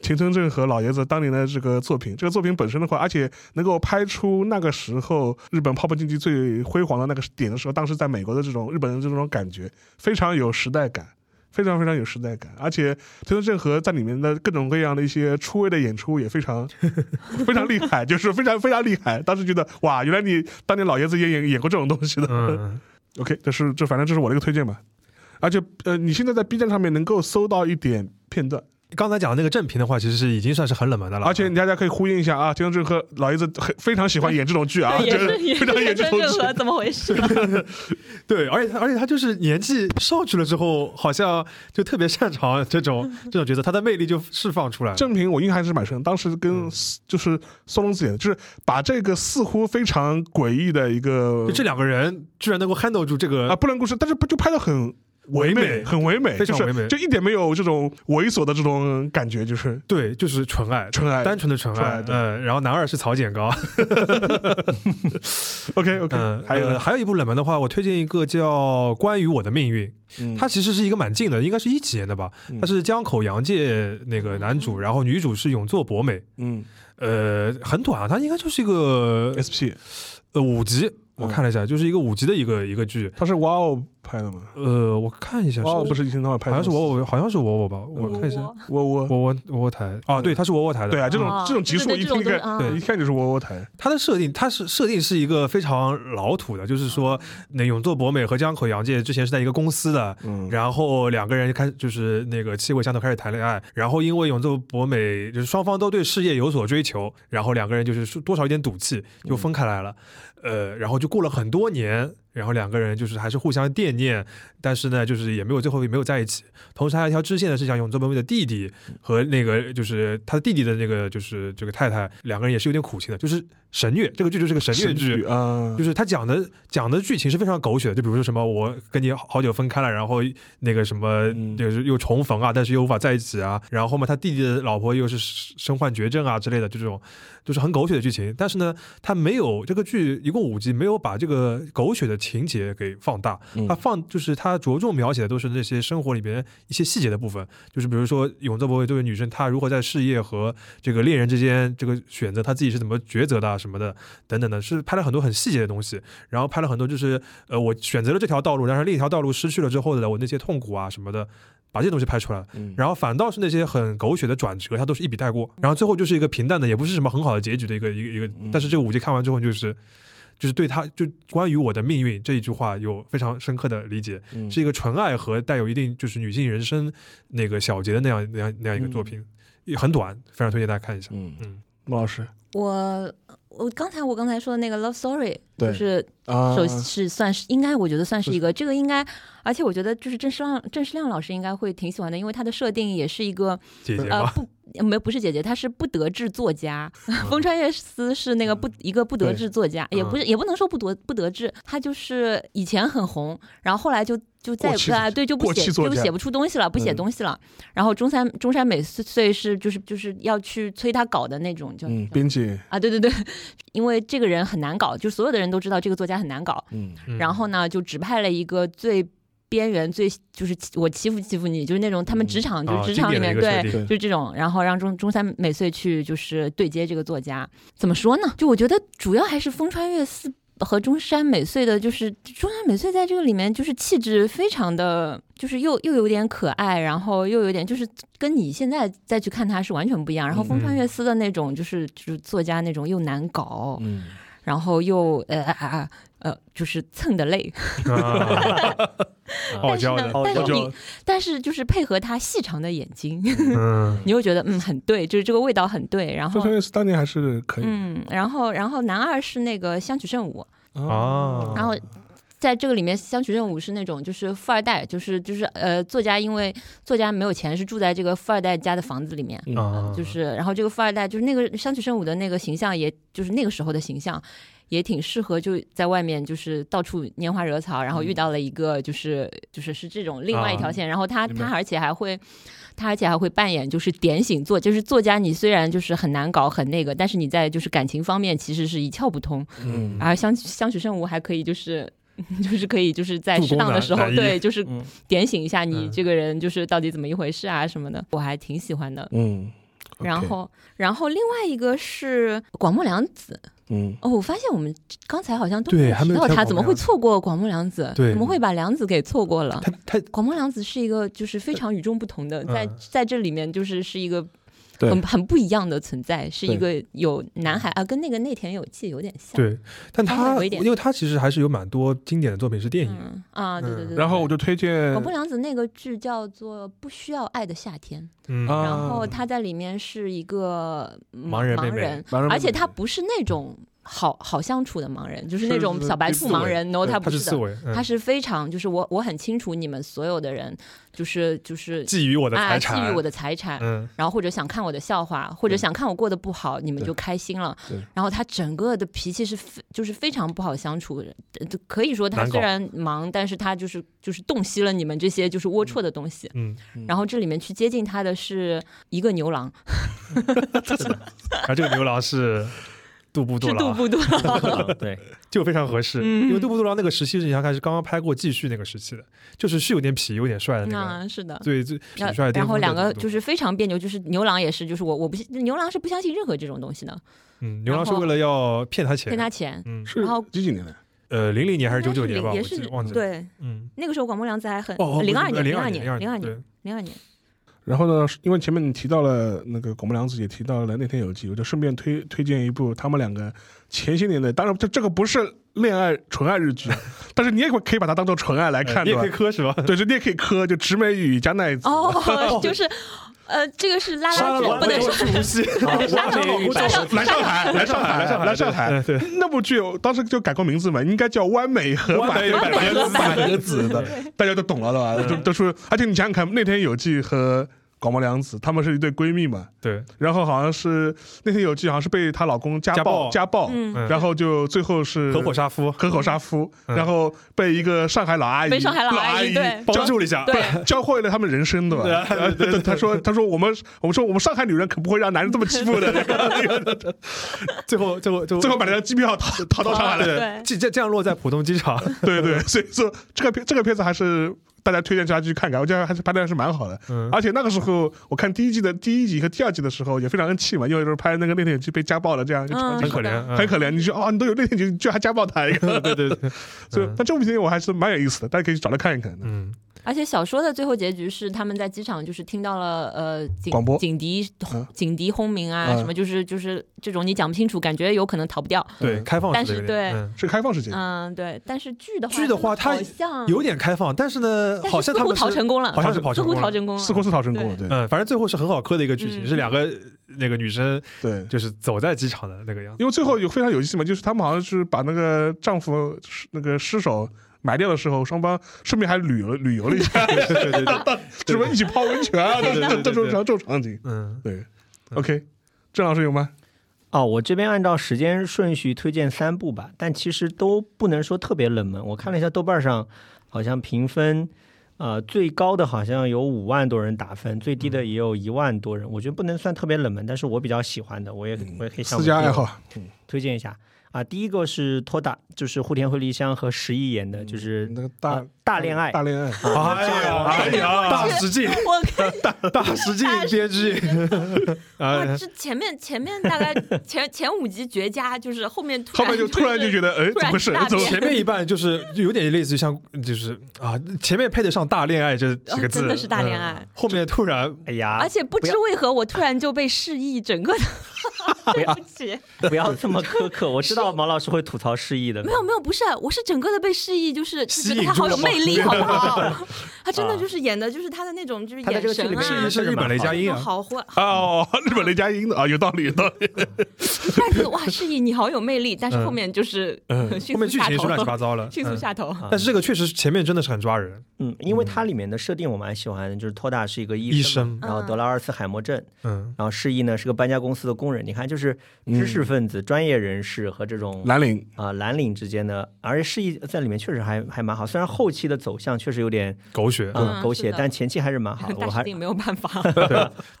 B: 田村正和老爷子当年的这个作品。这个作品本身的话，而且能够拍出那个时候日本泡泡经济最辉煌的那个点的时候，当时在美国的这种日本人这种感觉，非常有时代感。非常非常有时代感，而且田村正和在里面的各种各样的一些出位的演出也非常 (laughs) 非常厉害，就是非常非常厉害。当时觉得哇，原来你当年老爷子也演演过这种东西的。
A: 嗯
B: OK，这是这反正这是我的一个推荐吧。而且呃，你现在在 B 站上面能够搜到一点片段，
A: 刚才讲的那个正评的话，其实是已经算是很冷门的了，
B: 而且大家可以呼应一下啊，田中正和老爷子很非常喜欢演这种剧啊，
D: 对，
B: (laughs)
D: 也
B: 就是
D: 是也
B: 非常
D: 是
B: 演这
D: 跟
B: 种
D: 任何
B: 剧。
D: 怎么回 (laughs) 事啊？
A: 对，而且他而且他就是年纪上去了之后，好像就特别擅长这种这种角色，他的魅力就释放出来了。
B: 正品我印象还是蛮深，当时跟
A: 嗯
B: 就是松隆子演的，就是把这个似乎非常诡异的一个
A: 就这两个人居然能够 handle 住这个
B: 啊，不能故事，但是不就拍的很
A: 唯
B: 美，
A: 美，
B: 很唯美，
A: 非常唯美
B: 就是就一点没有这种猥琐的这种感觉，就是
A: 对，就是纯爱，
B: 纯爱
A: 单纯的纯
B: 纯爱
A: 爱。
B: 对
A: 嗯，然后男二是曹简高，
B: OK OK，、
A: 嗯，
B: 还有
A: 呃
B: 呢
A: 还有一部冷门的话，我推荐一个叫《关于我的命运》，
B: 嗯
A: 它其实是一个蛮近的，应该是一几年的吧
B: 嗯。哦
A: 它是江口洋介那个男主，然后女主是永作博美。
B: 嗯
A: 呃，很短啊，它应该就是一个
B: SP，
A: 呃五集，我
B: 嗯
A: 看了一下，就是一个五集的一个一个剧。
B: 他是哇哦拍的吗？
A: 呃，我看一下，
B: 哇哦不
A: 是
B: 是一千多万拍的
A: 好
B: 吗，
A: 像是我我好像是我我吧，我看一下，
B: 窝窝。
A: 我我我我台啊，对，它是我我台的。
B: 对啊，这种
D: 哦
B: 这种集数
D: 对
B: 一
D: 对
B: 听看
D: 对这种，嗯
A: 都
B: 一看就是窝窝台。
A: 它的设定，它是设定是一个非常老土的，就是
B: 哦
A: 说，那永作博美和江口洋介之前是在一个公司的，
B: 嗯，
A: 然后两个人开就是那个气味相投开始谈恋爱，然后因为永作博美就是双方都对事业有所追求，然后两个人就是多少有点赌气，就分开来了。呃，然后就过了很多年，然后两个人就是还是互相惦念，但是呢，就是也没有最后也没有在一起。同时还有一条支线呢，是讲永作博美的弟弟和那个就是他弟弟的那个就是这个太太，两个人也是有点苦情的，就是神虐这个剧就是个神虐剧，
B: 啊
A: 就，是他讲的讲的剧情是非常狗血的，就比如说什么我跟你好久分开了，然后那个什么
B: 嗯
A: 就是又重逢啊，但是又无法在一起啊，然后嘛他弟弟的老婆又是身患绝症啊之类的，就这种就是很狗血的剧情。但是呢，他没有这个剧一共五集，没有把这个狗血的情节给放大，
C: 嗯
A: 它放就是它着重描写的都是那些生活里边一些细节的部分，就是比如说永泽博惠这位女生她如何在事业和这个恋人之间这个选择她自己是怎么抉择的、啊、什么的等等的，是拍了很多很细节的东西，然后拍了很多就是呃我选择了这条道路，但是另一条道路失去了之后的我那些痛苦啊什么的，把这些东西拍出来了。
C: 嗯
A: 然后反倒是那些很狗血的转折，它都是一笔带过，然后最后就是一个平淡的，也不是什么很好的结局的一个一个一个
C: 嗯。
A: 但是这个五集看完之后，就是就是对他就关于我的命运这一句话有非常深刻的理解，
C: 嗯
A: 是一个纯爱和带有一定就是女性人生那个小节的那样那样那样一个作品，也很短，非常推荐大家看一下。
C: 嗯
B: 孟老师
D: 我我刚才我刚才说的那个 love story，
B: 对
D: 就是
B: 啊，
D: 首是算是应该，我觉得算是
B: 是
D: 一个这个应该，而且我觉得就是郑世亮郑世亮老师应该会挺喜欢的，因为他的设定也是一个
A: 姐姐
D: 呃
A: (laughs) 吧，
D: 不没不是姐姐，她是不得志作家， (laughs) 风川月司是那个不一个不得志作家，
A: 对
D: 也不是也不能说不得不得志，他就是以前很红，然后后来就就再
B: 过气
D: 也啊对就不
B: 过气
D: 写
B: 作
D: 就
B: 家
D: 写不出东西了，不写
B: 嗯
D: 东西了。然后中山中山美穗是就是就是要去催他搞的那种，就、
C: 嗯
B: 编辑
D: 啊对对对，因为这个人很难搞，就所有的人都知道这个作家很难搞，
C: 嗯
A: 嗯
D: 然
A: (laughs)
D: 后呢，就指派了一个最边缘、最就是欺我欺负欺负你，就是那种他们职场、
A: 啊
D: 就职场里面、
A: 经典的
D: 对
A: 一个设定，
B: 对
D: 就这种，然后让中中山美穗去就是对接这个作家，怎么说呢？就我觉得主要还是风川月司和中山美穗的，就是中山美穗在这个里面就是气质非常的，就是又又有点可爱，然后又有点就是跟你现在再去看她是完全不一样。然后风川月司的那种就是就是作家那种又难搞，
C: 嗯
D: 然后又呃啊啊呃就是蹭的累。
A: 啊傲
D: 但是
A: 娇
D: 呢
A: 的，，
D: 但
C: 傲
D: 是
C: 娇
D: 你，但是就是配合他细长的眼睛， (laughs)
A: 嗯
D: 你会觉得嗯很对，就是这个味道很对。然
B: 风
D: 后
B: 川月司当年还是可以哦
D: 嗯，然后然后男二是那个香取慎吾，
A: 啊，
D: 嗯然后在这个里面，香取慎吾是那种就是富二代，就是就是呃作家，因为作家没有钱，是住在这个富二代家的房子里面。
A: 啊
D: 嗯就是，然后这个富二代就是那个香取慎吾的那个形象，也就是那个时候的形象，也挺适合就在外面就是到处拈花惹草，然后遇
A: 嗯
D: 到了一个就是就是是这种另外一条线，然后他
A: 啊明白
D: 他而且还会他而且还会扮演就是点醒作，就是作家你虽然就是很难搞很那个，但是你在就是感情方面其实是一窍不通，
C: 嗯
D: 而香香取慎吾还可以就是。 (laughs) 就是可以，就是在
A: 助
D: 适
A: 攻
D: 当的
A: 男
D: 时候
A: 男，一
D: 对，就是
C: 嗯
D: 点醒一下你
A: 嗯
D: 这个人，就是到底怎么一回事啊什么的，我还挺喜欢的。
C: 嗯
D: 然后，然后另外一个是广末凉子。
C: 嗯
D: 哦，我发现我们刚才好像都
A: 对
D: 没有
A: 还
D: 提
A: 没有
D: 到
A: 提到
D: 他，
A: 广
D: 怎么
A: 末
D: 会
A: 凉子
D: 错过广末凉子？
A: 对
D: 怎么会把凉子给错过了？
A: 他他
D: 广末凉子是一个就是非常与众不同的，在
A: 嗯
D: 在这里面就是是一个
C: 对
D: 很很不一样的存在，是一个有男孩啊，跟那个内田有纪有点像。
A: 对，但
D: 稍微
A: 他
D: 有一点
A: 因为他其实还是有蛮多经典的作品是电影，
D: 嗯啊，对对对
A: 嗯
D: 对。
B: 然后我就推荐
D: 广末凉子那个剧叫做《不需要爱的夏天》。
A: 嗯
B: 啊
D: 然后他在里面是一个
A: 盲人妹妹
B: 盲人妹妹
D: 而且他不是那种好好相处的盲人，就是那种
B: 是
D: 小白兔盲人，no，
B: 对
D: 哦他
A: 他
D: 不
A: 是
D: 是
A: 刺
D: 的。
A: 猬，嗯
D: 他是非常，就是我我很清楚你们所有的人，就是就是
A: 觊觎我的
D: 啊
A: 财
D: 觊
A: 产，
D: 觎我的财产，
A: 嗯
D: 然后或者想看我的笑话，或者想看我过得不好，你们
B: 对
D: 就开心了
B: 对。
D: 然后他整个的脾气是非就是非常不好相处的，呃可以说他
A: 难搞
D: 虽然忙，但是他就是就是洞悉了你们这些就是龌龊的东西。
A: 嗯，
D: 然后这里面去接近他的是一个牛
A: (laughs)
D: 郎，
A: 而这个牛郎是杜布多
D: 是杜
A: 拉，
D: 布多嗯拉。
C: 啊对
A: 就非常合适，因为杜布多拉那个时期是你想看是刚刚拍过《继续》那个时期的，就是是有点痞、有点帅的 (laughs) 那个，
D: 那是的。
A: 对，最痞帅
D: 啊然
A: 的巅
D: 然
A: 峰
D: 后
A: 的
D: 两个
A: 那种
D: 就是非常别扭，就是牛郎也是，就是我我不信牛郎是不相信任何这种东西的，
A: 嗯，牛郎是
D: 然后
A: 为了要骗他钱，
D: 骗他钱，
A: 嗯，
B: 是
D: 然后
B: 几几年的？
A: 呃，零零年还是
D: 应该
A: 九九年吧，
D: 也
A: 我
D: 是
A: 记得忘记了，
D: 对，
A: 嗯，
D: 那个时候广播凉子还很
A: 哦，
D: 零二年
A: 零
D: 二
A: 年
D: 年零
A: 二
D: 二年，零二年，
B: 然后呢，因为前面你提到了那个广木凉子，也提到了那天有记，我就顺便推推荐一部他们两个前些年的，当然这这个不是恋爱纯爱日剧，但是你也可以把它当做纯爱来
A: 对，
B: 看，
A: (laughs) 你
B: 对
A: 也
B: 吧
A: 可以？磕是吧？
B: 对，就你也可以磕，就直美与加奈子。
D: 哦， (laughs) 就是呃，这这个是拉拉
A: 嗯
D: 卷，
A: 了
D: 不能说
A: 熟悉，
D: 沙场
A: 我
D: 沙场
B: 来上海，来上海，来上海，来上海！
A: 对，
B: 那部剧我当时就改过名字嘛，应该叫《湾美和
A: 湾美
B: 百
A: 百
B: 合
A: 合
B: 子》百合子的，大家都懂了对吧？就都是，而且你想想看，那天有记和。广末凉子，她们是一对闺蜜嘛。
A: 对，
B: 然后好像是那天有句，好像是被她老公家暴
A: 家
B: 暴，
D: 嗯，
A: 嗯
B: 然后就最后是
A: 合伙杀夫，
B: 合伙杀夫，
A: 嗯
B: 然后被一个上海老阿姨
D: 被上海老
B: 老
D: 阿
B: 阿
D: 姨对
A: 帮
B: 教
A: 助了一下，
D: 对
B: 教会了他们人生，对吧？
A: 对对
B: 对，他说：“他说我们，我们说我们上海女人可不会让男人这么欺负的。那个
A: 最后最后最后
B: 最后买了张机票逃逃到
A: (laughs)
B: 上海来。
D: 对
A: 这这这样落在浦东机
D: (laughs)
A: 场，
B: 对
A: (laughs)
B: 对，所以说这个片这个片子还是大家推荐大家去看看，我觉得还是拍的还是蛮好的。
A: 嗯
B: 而且那个时候我看第一季的第一集和第二集的时候也非常生气嘛，因为就是拍那个那天有去被家暴了这样，就
D: 嗯
A: 很可怜，嗯
B: 很可怜。你说啊，你都有那天你居然还家暴他一个，
A: (laughs) 对对对，
B: (laughs) 所以
A: 嗯
B: 那这部电影我还是蛮有意思的，大家可以去找来看一看。
A: 嗯，
D: 而且小说的最后结局是他们在机场就是听到了呃警
B: 广播
D: 警笛
B: 嗯
D: 警笛轰鸣啊
B: 嗯
D: 什么就是就是这种你讲不清楚，感觉有可能逃不掉。
B: 嗯
A: 对，开放
D: 但
A: 式的
D: 是
A: 有点嗯
B: 是开放式结局，
D: 嗯，对。但是剧的话，
A: 剧的话它
D: 好像
A: 有点开放，但是呢，
D: 嗯但
A: 好
D: 是
A: 像
D: 似
A: 他
D: 乎
A: 们
D: 逃
A: 是
D: 成功了，嗯
A: 好像是跑
D: 似
A: 成
D: 乎
A: 功
D: 逃
A: 了，
D: 成功了，
B: 似乎是逃成功了，对
A: 嗯，反正最后是很好磕的一个剧情，
D: 嗯
A: 是两个那个女生
B: 对。
A: 就是走在机场的那个样子，
B: 因为最后有非常有意思嘛，就是他们好像是把那个丈夫失那个尸首埋掉的时候，双方顺便还旅游旅游了一下，
A: 对对对，
B: 什么一起泡温泉啊，
A: 对
B: 这
A: 对
B: 这这
A: 对对
B: 种场这种场景。
A: 嗯
B: 对，OK，郑老师有吗？
C: 哦，我这边按照时间顺序推荐三部吧，但其实都不能说特别冷门。我看了一下豆瓣上，好像评分，呃，最高的好像有五万多人打分，最低的
B: 嗯
C: 也有一万多人。我觉得不能算特别冷门，但是我比较喜欢的，我也我也可以向
B: 嗯私家
C: 我的
B: 爱好，
C: 推荐一下啊。第一个是托达，就是户田惠梨香和石井演的，就是
B: 嗯那个大
C: 大恋爱
B: 大恋爱，
A: 哎呀哎呀，大实际
D: (laughs) 我看
A: 大实际编剧，
D: 我
A: 啊，
D: 这前面前面大概前前五集绝佳，就是后面突
B: 后
D: 然
B: 面就突然就觉得，哎，
D: 突
B: 怎
D: 然
B: 么回事？
D: 大
B: 怎么
D: 变
A: 前面一半就是有点类似于像就是啊，前面配得上“大恋爱”这几个
D: 哦
A: 字，
D: 真的是大恋
A: 嗯
D: 爱
A: 后面突然
C: 哎呀，
D: 而且不
C: 不
D: 知
C: 要
D: 为何我突然就被示意整个的，对不起，
C: 不要这么苛刻，我知道毛老师会吐槽失忆的。
D: 没有没有，不是，啊我是整个的被示意，就是就
A: 吸
D: 觉得
A: 引
D: 他
A: 住
D: 好
A: 了
D: 有
A: 吗
D: 魅力，好不好？他真的就是演的，就是他的那种就是
C: 他在这
D: 眼
C: 个剧
D: 神
C: 里面
D: 啊，
A: 是日本雷佳音啊，
D: 好坏。 (laughs)
B: 哦，日本雷佳音的啊，有道理，有道理。
D: 但是哇，示意你好有魅力，但是后面就是
A: 嗯，
D: (laughs) 迅速
A: 后面剧
D: 下
A: 情也是
D: 头
A: 乱七八糟了，
D: 迅速
A: 嗯
D: 下头。 (laughs)
A: 但是这个确实前面真的是很抓人，
C: 嗯，因为它里面的设定我蛮喜欢的，就是托达是一个医
A: 医
C: 生嘛然
A: 生
C: 后得了阿尔茨海默症，
A: 嗯，
C: 然后失忆呢是个搬家公司的工人。你看，就是知识分子、专业人士和这种
B: 兰陵
C: 啊、蓝领之间的，而且失忆在里面确实还还蛮好，虽然后期的走向确实有点
A: 狗 (laughs) 血，
D: 嗯
C: 嗯狗
D: 是
C: 血，
D: 的
C: 但前期还是蛮好的。我
D: (laughs) 大
C: 还
D: 师定没有办法，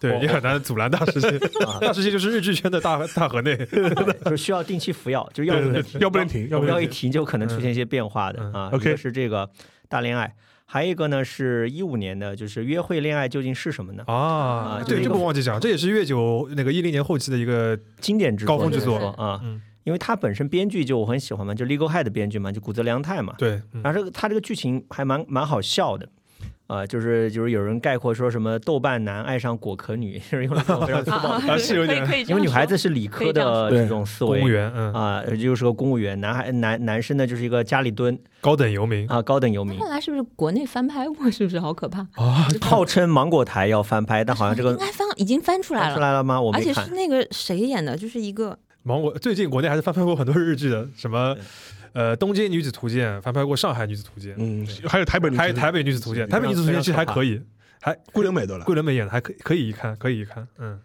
A: 对，
C: 我
A: 也很难阻拦大世 (laughs) 界，大世界就是日剧圈的大大河内，
C: 对 (laughs) 就是需要定期服药，就是药不能停
B: 要不能停，要
C: 要
B: 不
C: 不
B: 能
C: 要一
B: 停。
C: 停就可能出现一些变化的、
A: 嗯
C: 啊。
B: OK
C: 一个是这个大恋爱，还有一个呢是一五年的，就是约会恋爱究竟是什么呢？
A: (laughs) 啊
C: 啊，就是
A: 对，这
C: 一个
A: 不忘记讲，这也是月九那个一零年后期的一个，
C: 经典之作，
A: 高峰
D: 之作
C: 就是说啊，
A: 嗯
C: 因为他本身编剧就我很喜欢嘛，就《Legal High》的编剧嘛，就古泽良太嘛。
A: 对，嗯
C: 然后这个他这个剧情还蛮蛮好笑的。啊、就是就是有人概括说什么豆瓣男爱上果壳女， (laughs) 就是用了这种非常粗暴的，
A: (laughs) 啊是
D: (laughs)
A: 有
D: 可以
A: 点
D: 可以
C: 因
D: 这
C: 为
D: 么
C: 女孩
D: 说
C: 子是理
D: 可以
C: 科
D: 这样
C: 的
B: 说
C: 这种思
A: 公务
C: 维
A: 员，嗯，
C: 啊、就是个公务员，男孩男男生呢就是一个家里蹲
A: 高等游民
C: 啊、高等游民
D: 后，来是不是国内翻拍过？是不是好可怕？
A: 啊，
C: 号称芒果台要翻拍，但好像这
D: 应
C: 个
D: 该翻已经翻出来
C: 翻出
D: 了，
C: 来了吗？我
D: 而
C: 没
D: 且
C: 看
D: 是。那个谁演的？就是一个
A: 芒果最近国内还是翻拍过很多日剧的，什么
C: 对
A: 呃《东京女子图鉴》翻拍过《上海女子图鉴》，
B: 嗯，还有台北，
A: 还有《台北女子图鉴》，《台北女子图鉴》其实还可以，
B: 桂纶镁都来，
A: 桂纶镁演的还可以可以一看，可以一看，嗯。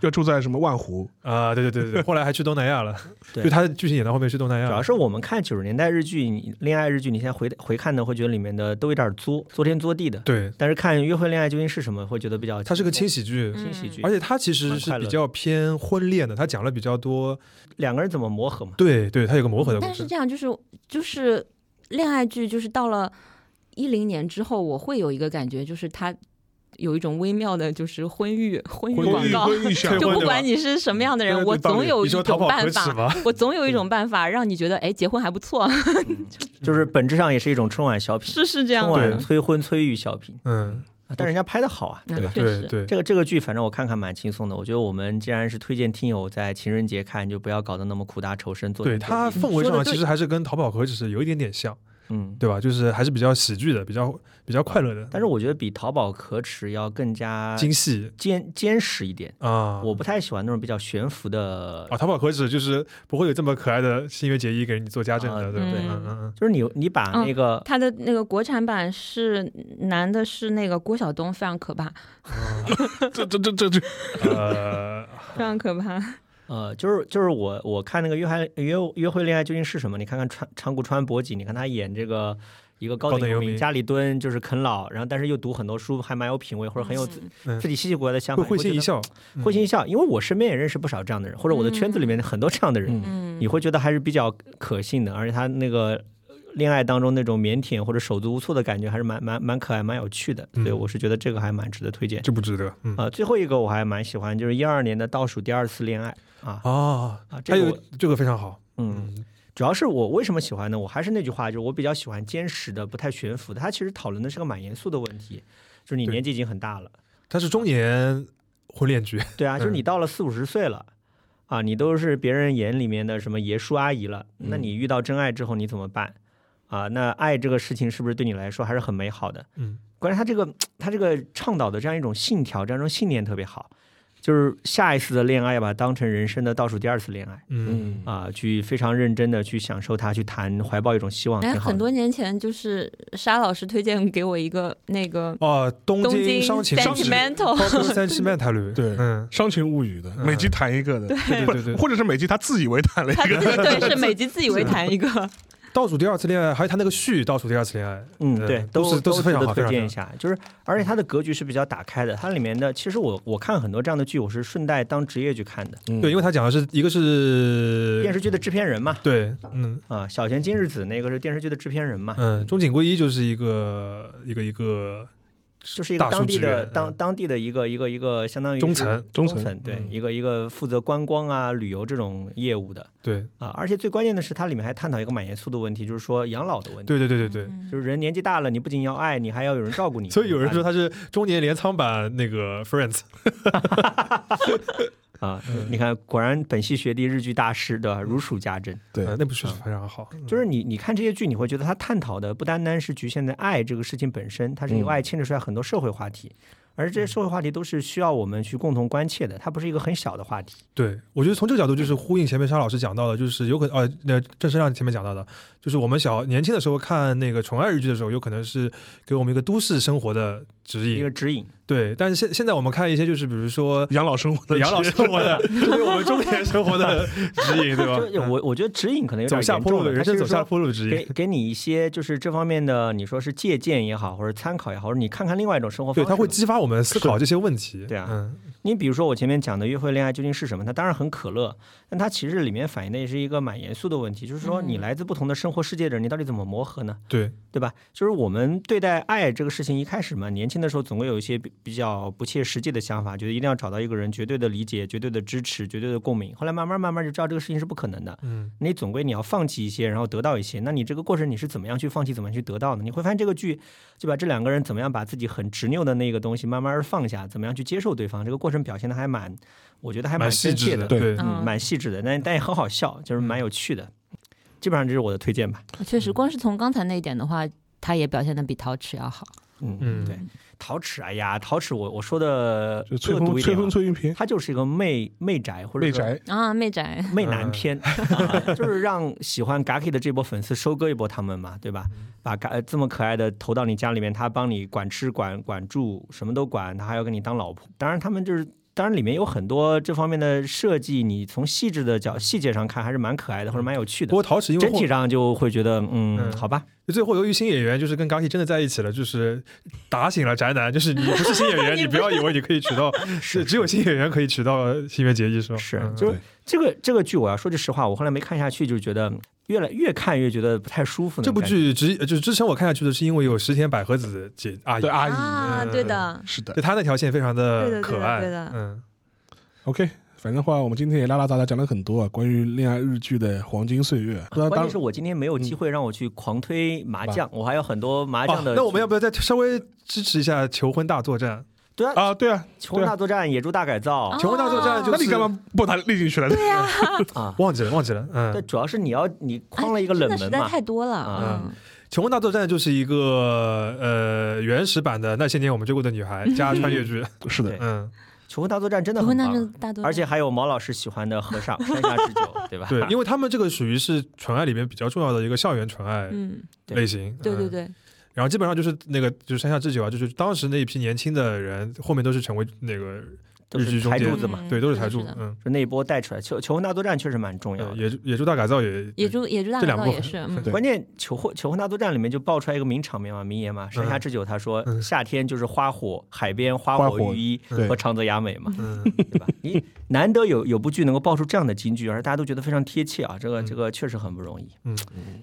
B: 要住在什么万湖，
A: 啊，对对对对对，后来还去东南亚了，
C: 对
A: 就他的剧情演到后面去东南亚
C: 主
A: 了
C: 要，是我们看九十年代日剧、你恋爱日剧，你现在回回看呢，会觉得里面的都有点作，作天作地的。
A: 对，
C: 但是看约会恋爱究竟是什么，会觉得比较
A: 它是个轻喜剧，
C: 轻
D: 嗯
C: 喜剧，
A: 而且它其实是
C: 蛮快乐
A: 比
C: 的
A: 较偏婚恋的，它讲了比较多，
C: 两个人怎么磨合嘛？
A: 对对，它有个磨合的
D: 嗯
A: 过
D: 但是
A: 程。
D: 这样就是就是恋爱剧，就是到了一零年之后，我会有一个感觉，就是它有一种微妙的，就是婚育婚育
B: 婚
D: 广
B: 育
D: 告。
B: 婚育
A: 对
B: 想
A: 对
D: 就
A: 婚
D: 不
A: 对吧
D: 管你是什么样的
A: 对
D: 人，
A: 对
D: 我
A: 道
D: 总
A: 理
D: 有一
A: 你说淘
D: 种
A: 宝可
D: 办
A: 耻
D: 法，
A: 吗？
D: (laughs) 我总有一种办法让你觉得，哎，结婚还不错， (laughs)
A: 嗯
C: 就是本质上也是一种春晚小品，
D: 是啊是这样
C: 春
A: 对
D: 的
C: 晚。催婚催育小品，
A: 嗯，
C: 但人家拍的好啊。
D: 那确
A: 对
D: 实，
A: 对，
C: 这个这个剧，反正我看看蛮轻松的。我觉得我们既然是推荐听友在情人节看，就不要搞得那么苦大仇深。做
A: 对它氛围
D: 说得
A: 上其
D: 对
A: 实还是跟《淘宝可只是有一点点像，
C: 嗯，
A: 对吧？就是还是比较喜剧的，比较比较快乐的，
C: 但是我觉得比淘宝可耻要更加
A: 精细
C: 坚坚实一点。
A: 啊。
C: 哎我不太喜欢那种比较悬浮的
A: 啊，淘宝可耻就是不会有这么可爱的新月结衣给你做家政
C: 啊
A: 的，对不对？
D: 对
A: 嗯嗯
C: 就是你你把那个、
D: 他的那个国产版是男的，是那个郭晓东，非常可怕，
B: 这这这这这
A: 嗯，
C: (laughs)
A: 呃，
D: 非常可怕。
C: 呃，就是就是我我看那个约翰约约会恋爱究竟是什么？你看看川长谷川博己，你看他演这个一个高
A: 高
C: 等
A: 等
C: 游
A: 游
C: 民，
A: 民
C: 家里蹲就是啃老，然后但是又读很多书，还蛮有品味或者很有自、
A: 嗯
C: 自己稀奇古怪的想法，
A: 会会心一，笑，嗯
C: 会心一笑。因为我身边也认识不少这样的人，或者我的圈子里面很多这样的人，
D: 嗯
C: 你会觉得还是比较可信的，而且他那个。恋爱当中那种腼腆或者手足无措的感觉，还是蛮蛮蛮可爱、蛮有趣的，所以
A: 嗯
C: 我是觉得这个还蛮值得推荐。
A: 这不值得。嗯
C: 啊，最后一个我还蛮喜欢，就是一二年的倒数第二次恋爱啊
A: 哦，
C: 啊，这
A: 还
C: 个
A: 有
C: 我
A: 这个非常好，
C: 嗯，
A: 嗯
C: 主要是我为什么喜欢呢？我还是那句话，就是我比较喜欢坚实的，不太悬浮的。它其实讨论的是个蛮严肃的问题，就是你
A: 对
C: 年纪已经很大了，
A: 它是中年婚恋剧，
C: 对啊，就是
A: 嗯
C: 你到了四五十岁了。啊，你都是别人眼里面的什么爷叔阿姨了，那你遇到真爱之后你怎么办？啊，那爱这个事情是不是对你来说还是很美好的？
A: 嗯，
C: 关键他这个他这个倡导的这样一种信条，这样一种信念特别好，就是下一次的恋爱要把它当成人生的倒数第二次恋爱
A: 嗯，
B: 嗯
C: 啊，去非常认真的去享受它，去谈，怀抱一种希望，
D: 哎，
C: 挺好
D: 很
C: 的。
D: 多年前就是沙老师推荐给我一个 (laughs) 那个
A: (laughs) 哦，东
D: 东京
A: 京伤情故事
D: Sentimental (laughs)
A: 包括三七漫谈侣，
B: 对
A: 嗯，
B: 伤情物语的，
A: 嗯
B: 每集谈一个的，
A: 对对对对。
B: 或者是每集他自以为谈了一
D: 他自
B: 个，
D: 己对是每集自以为谈一个，
A: 倒数第二次恋爱，还有他那个续倒数第二次恋爱，
C: 嗯，
A: 嗯
C: 对，
A: 都是
C: 都
A: 都是非常
C: 值得
A: 好非
C: 推
A: 常
C: 荐一
A: 好
C: 下。就是，而且它的格局是比较打开的，它里面的其实我我看很多这样的剧，我是顺带当职业去看的。
A: 对，因
B: 为
A: 为他讲的是一个是
C: 电视剧的制片人嘛，
A: 对，嗯
C: 啊，小泉今日子那个是电视剧的制片人嘛，
A: 嗯，中井贵一就是一个一个一个
C: 就是一个
A: 大
C: 当
A: 数
C: 地
A: 据
C: 的
A: 嗯
C: 当当地的一个一个一个相当于
A: 中
C: 是
A: 层
B: 中
C: 层
B: 层
C: 对、
A: 嗯
C: 一个一个负责观光啊旅游这种业务的
A: 对
C: 啊，而且最关键的是它里面还探讨一个蛮严肃的问题，就是说养老的问题。
A: 对对对对对，
C: 就是人年纪大了，你不仅要爱，你还要有人照顾你。
A: 所以有人
C: 啊
A: 说他是中年镰仓版那个 Friends，
C: 啊，
A: 嗯
C: 你看，果然本系学弟日剧大师对吧？如数家珍。
B: 对
A: 嗯那部剧非常好，
C: 就是你你看这些剧，你会觉得它探讨的不单单是局限在爱这个事情本身，它是由
B: 嗯
C: 爱牵扯出来很多社会话题，而
A: 嗯
C: 这些社会话题都是需要我们去共同关切的，它不是一个很小的话题。
A: 对，我觉得从这个角度就是呼应前面沙老师讲到的，就是有可呃，那郑生亮前面讲到的，就是我们小年轻的时候看那个纯爱日剧的时候，有可能是给我们一个都市生活的指
C: 一个
A: 引，
C: 指引，
A: 对。但是现现在我们看一些就是比如说
C: (laughs)
B: 养老生活的
A: 嗯养老
B: 职业
A: 生活 (laughs) 的，这对我们中年生活的指引，对吧？
C: (laughs) 就我我觉得指引可能有点
A: 啊嗯走下
C: 严
A: 坡
C: 重
A: 路的
C: 了，
A: 人
C: 它就
A: 生
C: 是
A: 走下
C: 说
A: 坡路的指
C: 给
A: 引，
C: 给你一些就是这方面的，你说是借鉴也好，或者参考也好，或者你看看另外一种生活方
A: 对，
C: 式。
A: 它会激发我们思考这些问题。
C: 对啊
A: 嗯，
C: 你比如说我前面讲的约会恋爱究竟是什么？它当然很可乐，但它其实里面反映的也是一个蛮严肃的问题，就是说你
D: 嗯
C: 来自不同的生活世界的人，你到底怎么磨合呢？
A: 对，
C: 对吧？就是我们对待爱这个事情，一开始嘛，年轻的时候总会有一些比比较不切实际的想法，觉得一定要找到一个人绝对的理解、绝对的支持、绝对的共鸣。后来慢慢慢慢就知道这个事情是不可能的，
A: 嗯，
C: 你总归你要放弃一些，然后得到一些。那你这个过程你是怎么样去放弃，怎么样去得到的？你会发现这个剧就把这两个人怎么样把自己很执拗的那个东西慢慢地放下，怎么样去接受对方，这个过程表现的还蛮，我觉得还
A: 蛮细
C: 真
A: 致
C: 切
A: 的，
C: 的，
A: 对，嗯
C: 嗯，蛮细致的，但但也很好笑，就是蛮有趣的。基本上这是我的推荐吧。
D: (laughs) 确实，光是从刚才那一点的话，他也表现的比陶瓷要好。
C: 嗯
A: 嗯
C: 对，陶瓷，哎呀，陶瓷，我我说的
B: 就吹
C: 恶毒
B: 风
C: 一
B: 吹
C: 点啊
B: 风，吹云片，
C: 它就是一个媚媚宅或者
B: 媚
C: 是
B: 宅，哎
D: 啊，妹仔，
C: 媚男片、啊 (laughs) 就是让喜欢 Gaki 的这波粉丝收割一波他们嘛，对吧？
B: 嗯
C: 把 Ga 呃这么可爱的投到你家里面，他帮你管吃管管住，什么都管，他还要跟你当老婆。当然，他们就是。当然，里面有很多这方面的设计，你从细致的角细节上看，还是蛮可爱的，或者蛮有趣
A: 不
C: 的。
A: 过陶瓷因为
C: 整
A: 后
C: 体上就会觉得，嗯，
A: 嗯
C: 好吧，
A: 最后由于新演员就是跟 g a k i 真的在一起了，就是打醒了宅男，就是你不是新演
D: (laughs)
A: 员，你不要以为你可以娶到，是只有新演员可以娶到新垣结衣是吗？
C: 是
A: 嗯
C: 就是
B: 对
C: 这个这个剧，我要说句实话，我后来没看下去，就觉得越来越看越觉得不太舒服那
A: 这
C: 种
A: 部
C: 感觉。
A: 剧之就是之前我看下去的是因为有石田百合子姐阿姨
B: 对，阿姨，
D: 啊，
A: 嗯
D: 对的，
B: 是的
A: 就她那条线非常
D: 对的
A: 的
D: 对的
A: 可爱，
D: 对的
A: 嗯，
B: ，OK。反正的话，我们今天也拉拉杂杂讲了很多啊，关于恋爱日剧的黄金岁月。那
C: 关
B: 当
C: 键是我今天没有
A: 嗯
C: 机会让我去狂推麻将，我还有很多麻
A: 啊
C: 将
D: 哦
C: 的、
A: 那我们要不要再稍微支持一下求婚大作战？
C: 对啊？
B: 啊，对啊，
C: 求婚大作战、野猪大改造
D: 啊
A: 求婚大作战就
B: 那
A: 是
B: 你
D: 哦
B: 干嘛不把它列进去了？
C: 啊，
A: 忘记了忘记了，
C: 但
A: 嗯，
C: 主要是你要你
D: 哎
C: 框了一个冷
D: 真的实
C: 门
D: 在
C: 嘛。
D: 太多了。
C: 啊
D: 嗯，
A: 穷光大作战》就是一个呃原始版的《那些年我们追过的女孩》加穿越剧，
B: 是的
C: 对，
A: 嗯，
C: 求婚大作战真的
D: 求
C: 很
D: 婚大
C: 棒，啊
D: 大多，
C: 而且还有毛老师喜欢的和
D: (laughs)
C: 尚山下智久，对吧？ (laughs)
A: 对，因为他们这个属于是纯爱里面比较重要的一个校园纯爱
D: 嗯，
C: 对
A: 类型，
D: 对对
A: 嗯
D: 对，
A: 然后基本上就是那个就是山下智久啊，就是当时那一批年轻的人，后面都是成为那个
C: 都
A: 日剧
C: 是
A: 中
C: 台
A: 间
C: 柱子嘛，
D: 嗯
A: 对，都是台
D: 是
A: 柱
D: 的，
A: 嗯，
C: 就那一波带出来。求求婚大作战确实蛮重要的。
A: 野野猪大改造也
D: 野猪野猪大
A: 这
D: 改
A: 两
D: 造
A: 部
D: 也
A: 分
D: 是，嗯
B: 对
C: 关键求婚求婚大作战里面就爆出来一个名场面嘛，名言嘛，山下智久他说、
A: 嗯
C: 夏天就是花火，海边花
B: 花
C: 火
B: 火
C: 浴衣
B: 对
A: 啊
C: 和长泽雅美嘛，
A: 嗯，
C: 对吧？你难得有有部剧能够爆出这样的金句，而大家都觉得非常贴切啊，这个这个确实很不容易。
A: 嗯，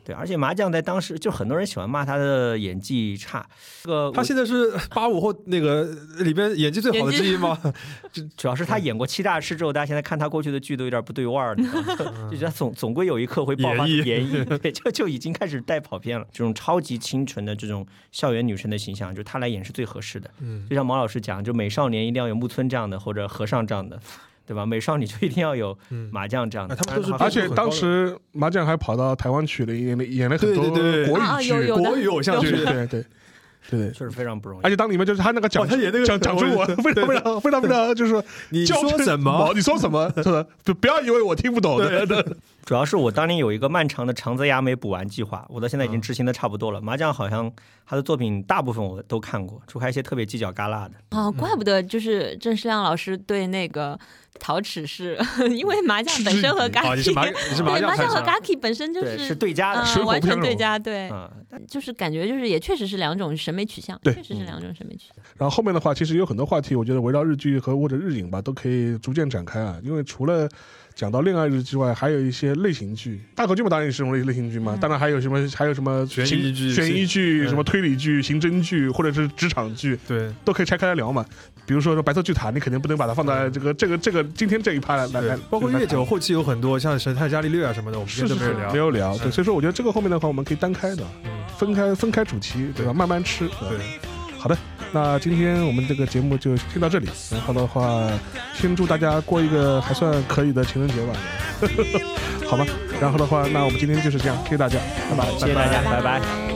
C: 对，而且麻将在当时就很多人喜欢骂他的演技差，这个
A: 他
C: 我
A: 现在是八五后那个里边演技最好的之一吗？
C: 主要是他演过七大师之后，大家现在看他过去的剧都有点不对味儿，你知道 (laughs) 吗就觉得总总归有一刻会爆发
A: 演
C: 出
A: 绎
C: 演 (laughs) 绎，对，就就已经开始带跑偏了。这种超级清纯的这种校园女生的形象，就是她来演是最合适的。
A: 嗯，
C: 就像毛老师讲，就美少年一定要有木村这样的，或者和尚这样的， (laughs) 对吧？美少女就一定要有
A: 嗯
C: 麻将这样的。
A: 啊他
C: (laughs)
A: 们都是
C: 好
B: 而
C: 像
B: 且当时麻将还跑到台湾去了，演了演了很多
A: 对对对
B: 国语
D: 啊啊
B: 剧，
D: 有有的
A: 国语偶像
B: 对
A: 剧，
B: 对对对对。
C: (laughs) 确实非常不容易
B: 而。且当里面就是他那个讲
A: 哦他演那个
B: 讲讲中文，非常非常非常非常就是说
A: 你
B: 教
A: 说
B: 程
A: 什么？
B: 你说什
A: (laughs)
B: 么？是的，就不要以为我听不懂的。
C: 主要是我当年有一个漫长的长泽雅美补完计划，我到现在已经执行的差不多了。麻将好像他的作品大部分我都看过，除开一些特别犄角旮旯的。
D: 哦，怪不得就是郑世亮老师对那个陶齿是， (laughs) 因为麻将本身和
A: 啊，
D: 嘎
A: 你是
D: k
A: 麻你是麻
D: 对
A: 将
D: 麻
A: 派
D: 将和
A: 的，
D: Gaki 本身就
C: 对，
D: 是
C: 是对家的。
D: 嗯
B: 水火
D: 完
B: 不
D: 全
B: 相
D: 对
B: 容
D: 家，对，
C: 啊，
D: 就是感觉就是也确实是两种审美取向，
B: 对
D: 确实是两种审美取向。
B: (laughs) 然后后面的话，其实有很多话题，我觉得围绕日剧和或者日影吧，都可以逐渐展开啊。因为除了讲到恋爱日之外，还有一些类型剧，大口剧嘛，当然也是这种类类型剧嘛。
D: 嗯
B: 当然还有什么，还有什么
A: 悬疑
B: 刑
A: 剧
B: 悬疑剧、
A: 嗯
B: 什么推理剧、刑侦剧，或者是职场剧，
A: 对，
B: 都可以拆开来聊嘛。比如说说白色巨塔，你肯定不能把它放在这个这个这个今天这一趴来来来
A: 对，，包括
B: 来
A: 月
B: 谈
A: 九后期有很多像《神探伽利略》啊什么的，我们今
B: 是
A: 天都
B: 是
A: 没
B: 是
A: 有聊。
B: 没有聊，对，
A: 嗯
B: 所以说我觉得这个后面的话，我们可以单开的，
A: 嗯
B: 分开分开主题，对吧？
A: 对
B: 慢慢吃，对吧
A: 对，
B: 好的，那今天我们这个节目就先到这里。然后的话，先祝大家过一个还算可以的情人节吧， (laughs) 好吧。然后的话，那我们今天就是这样，谢谢大家，拜拜，
C: 谢谢大家，拜拜。
D: 拜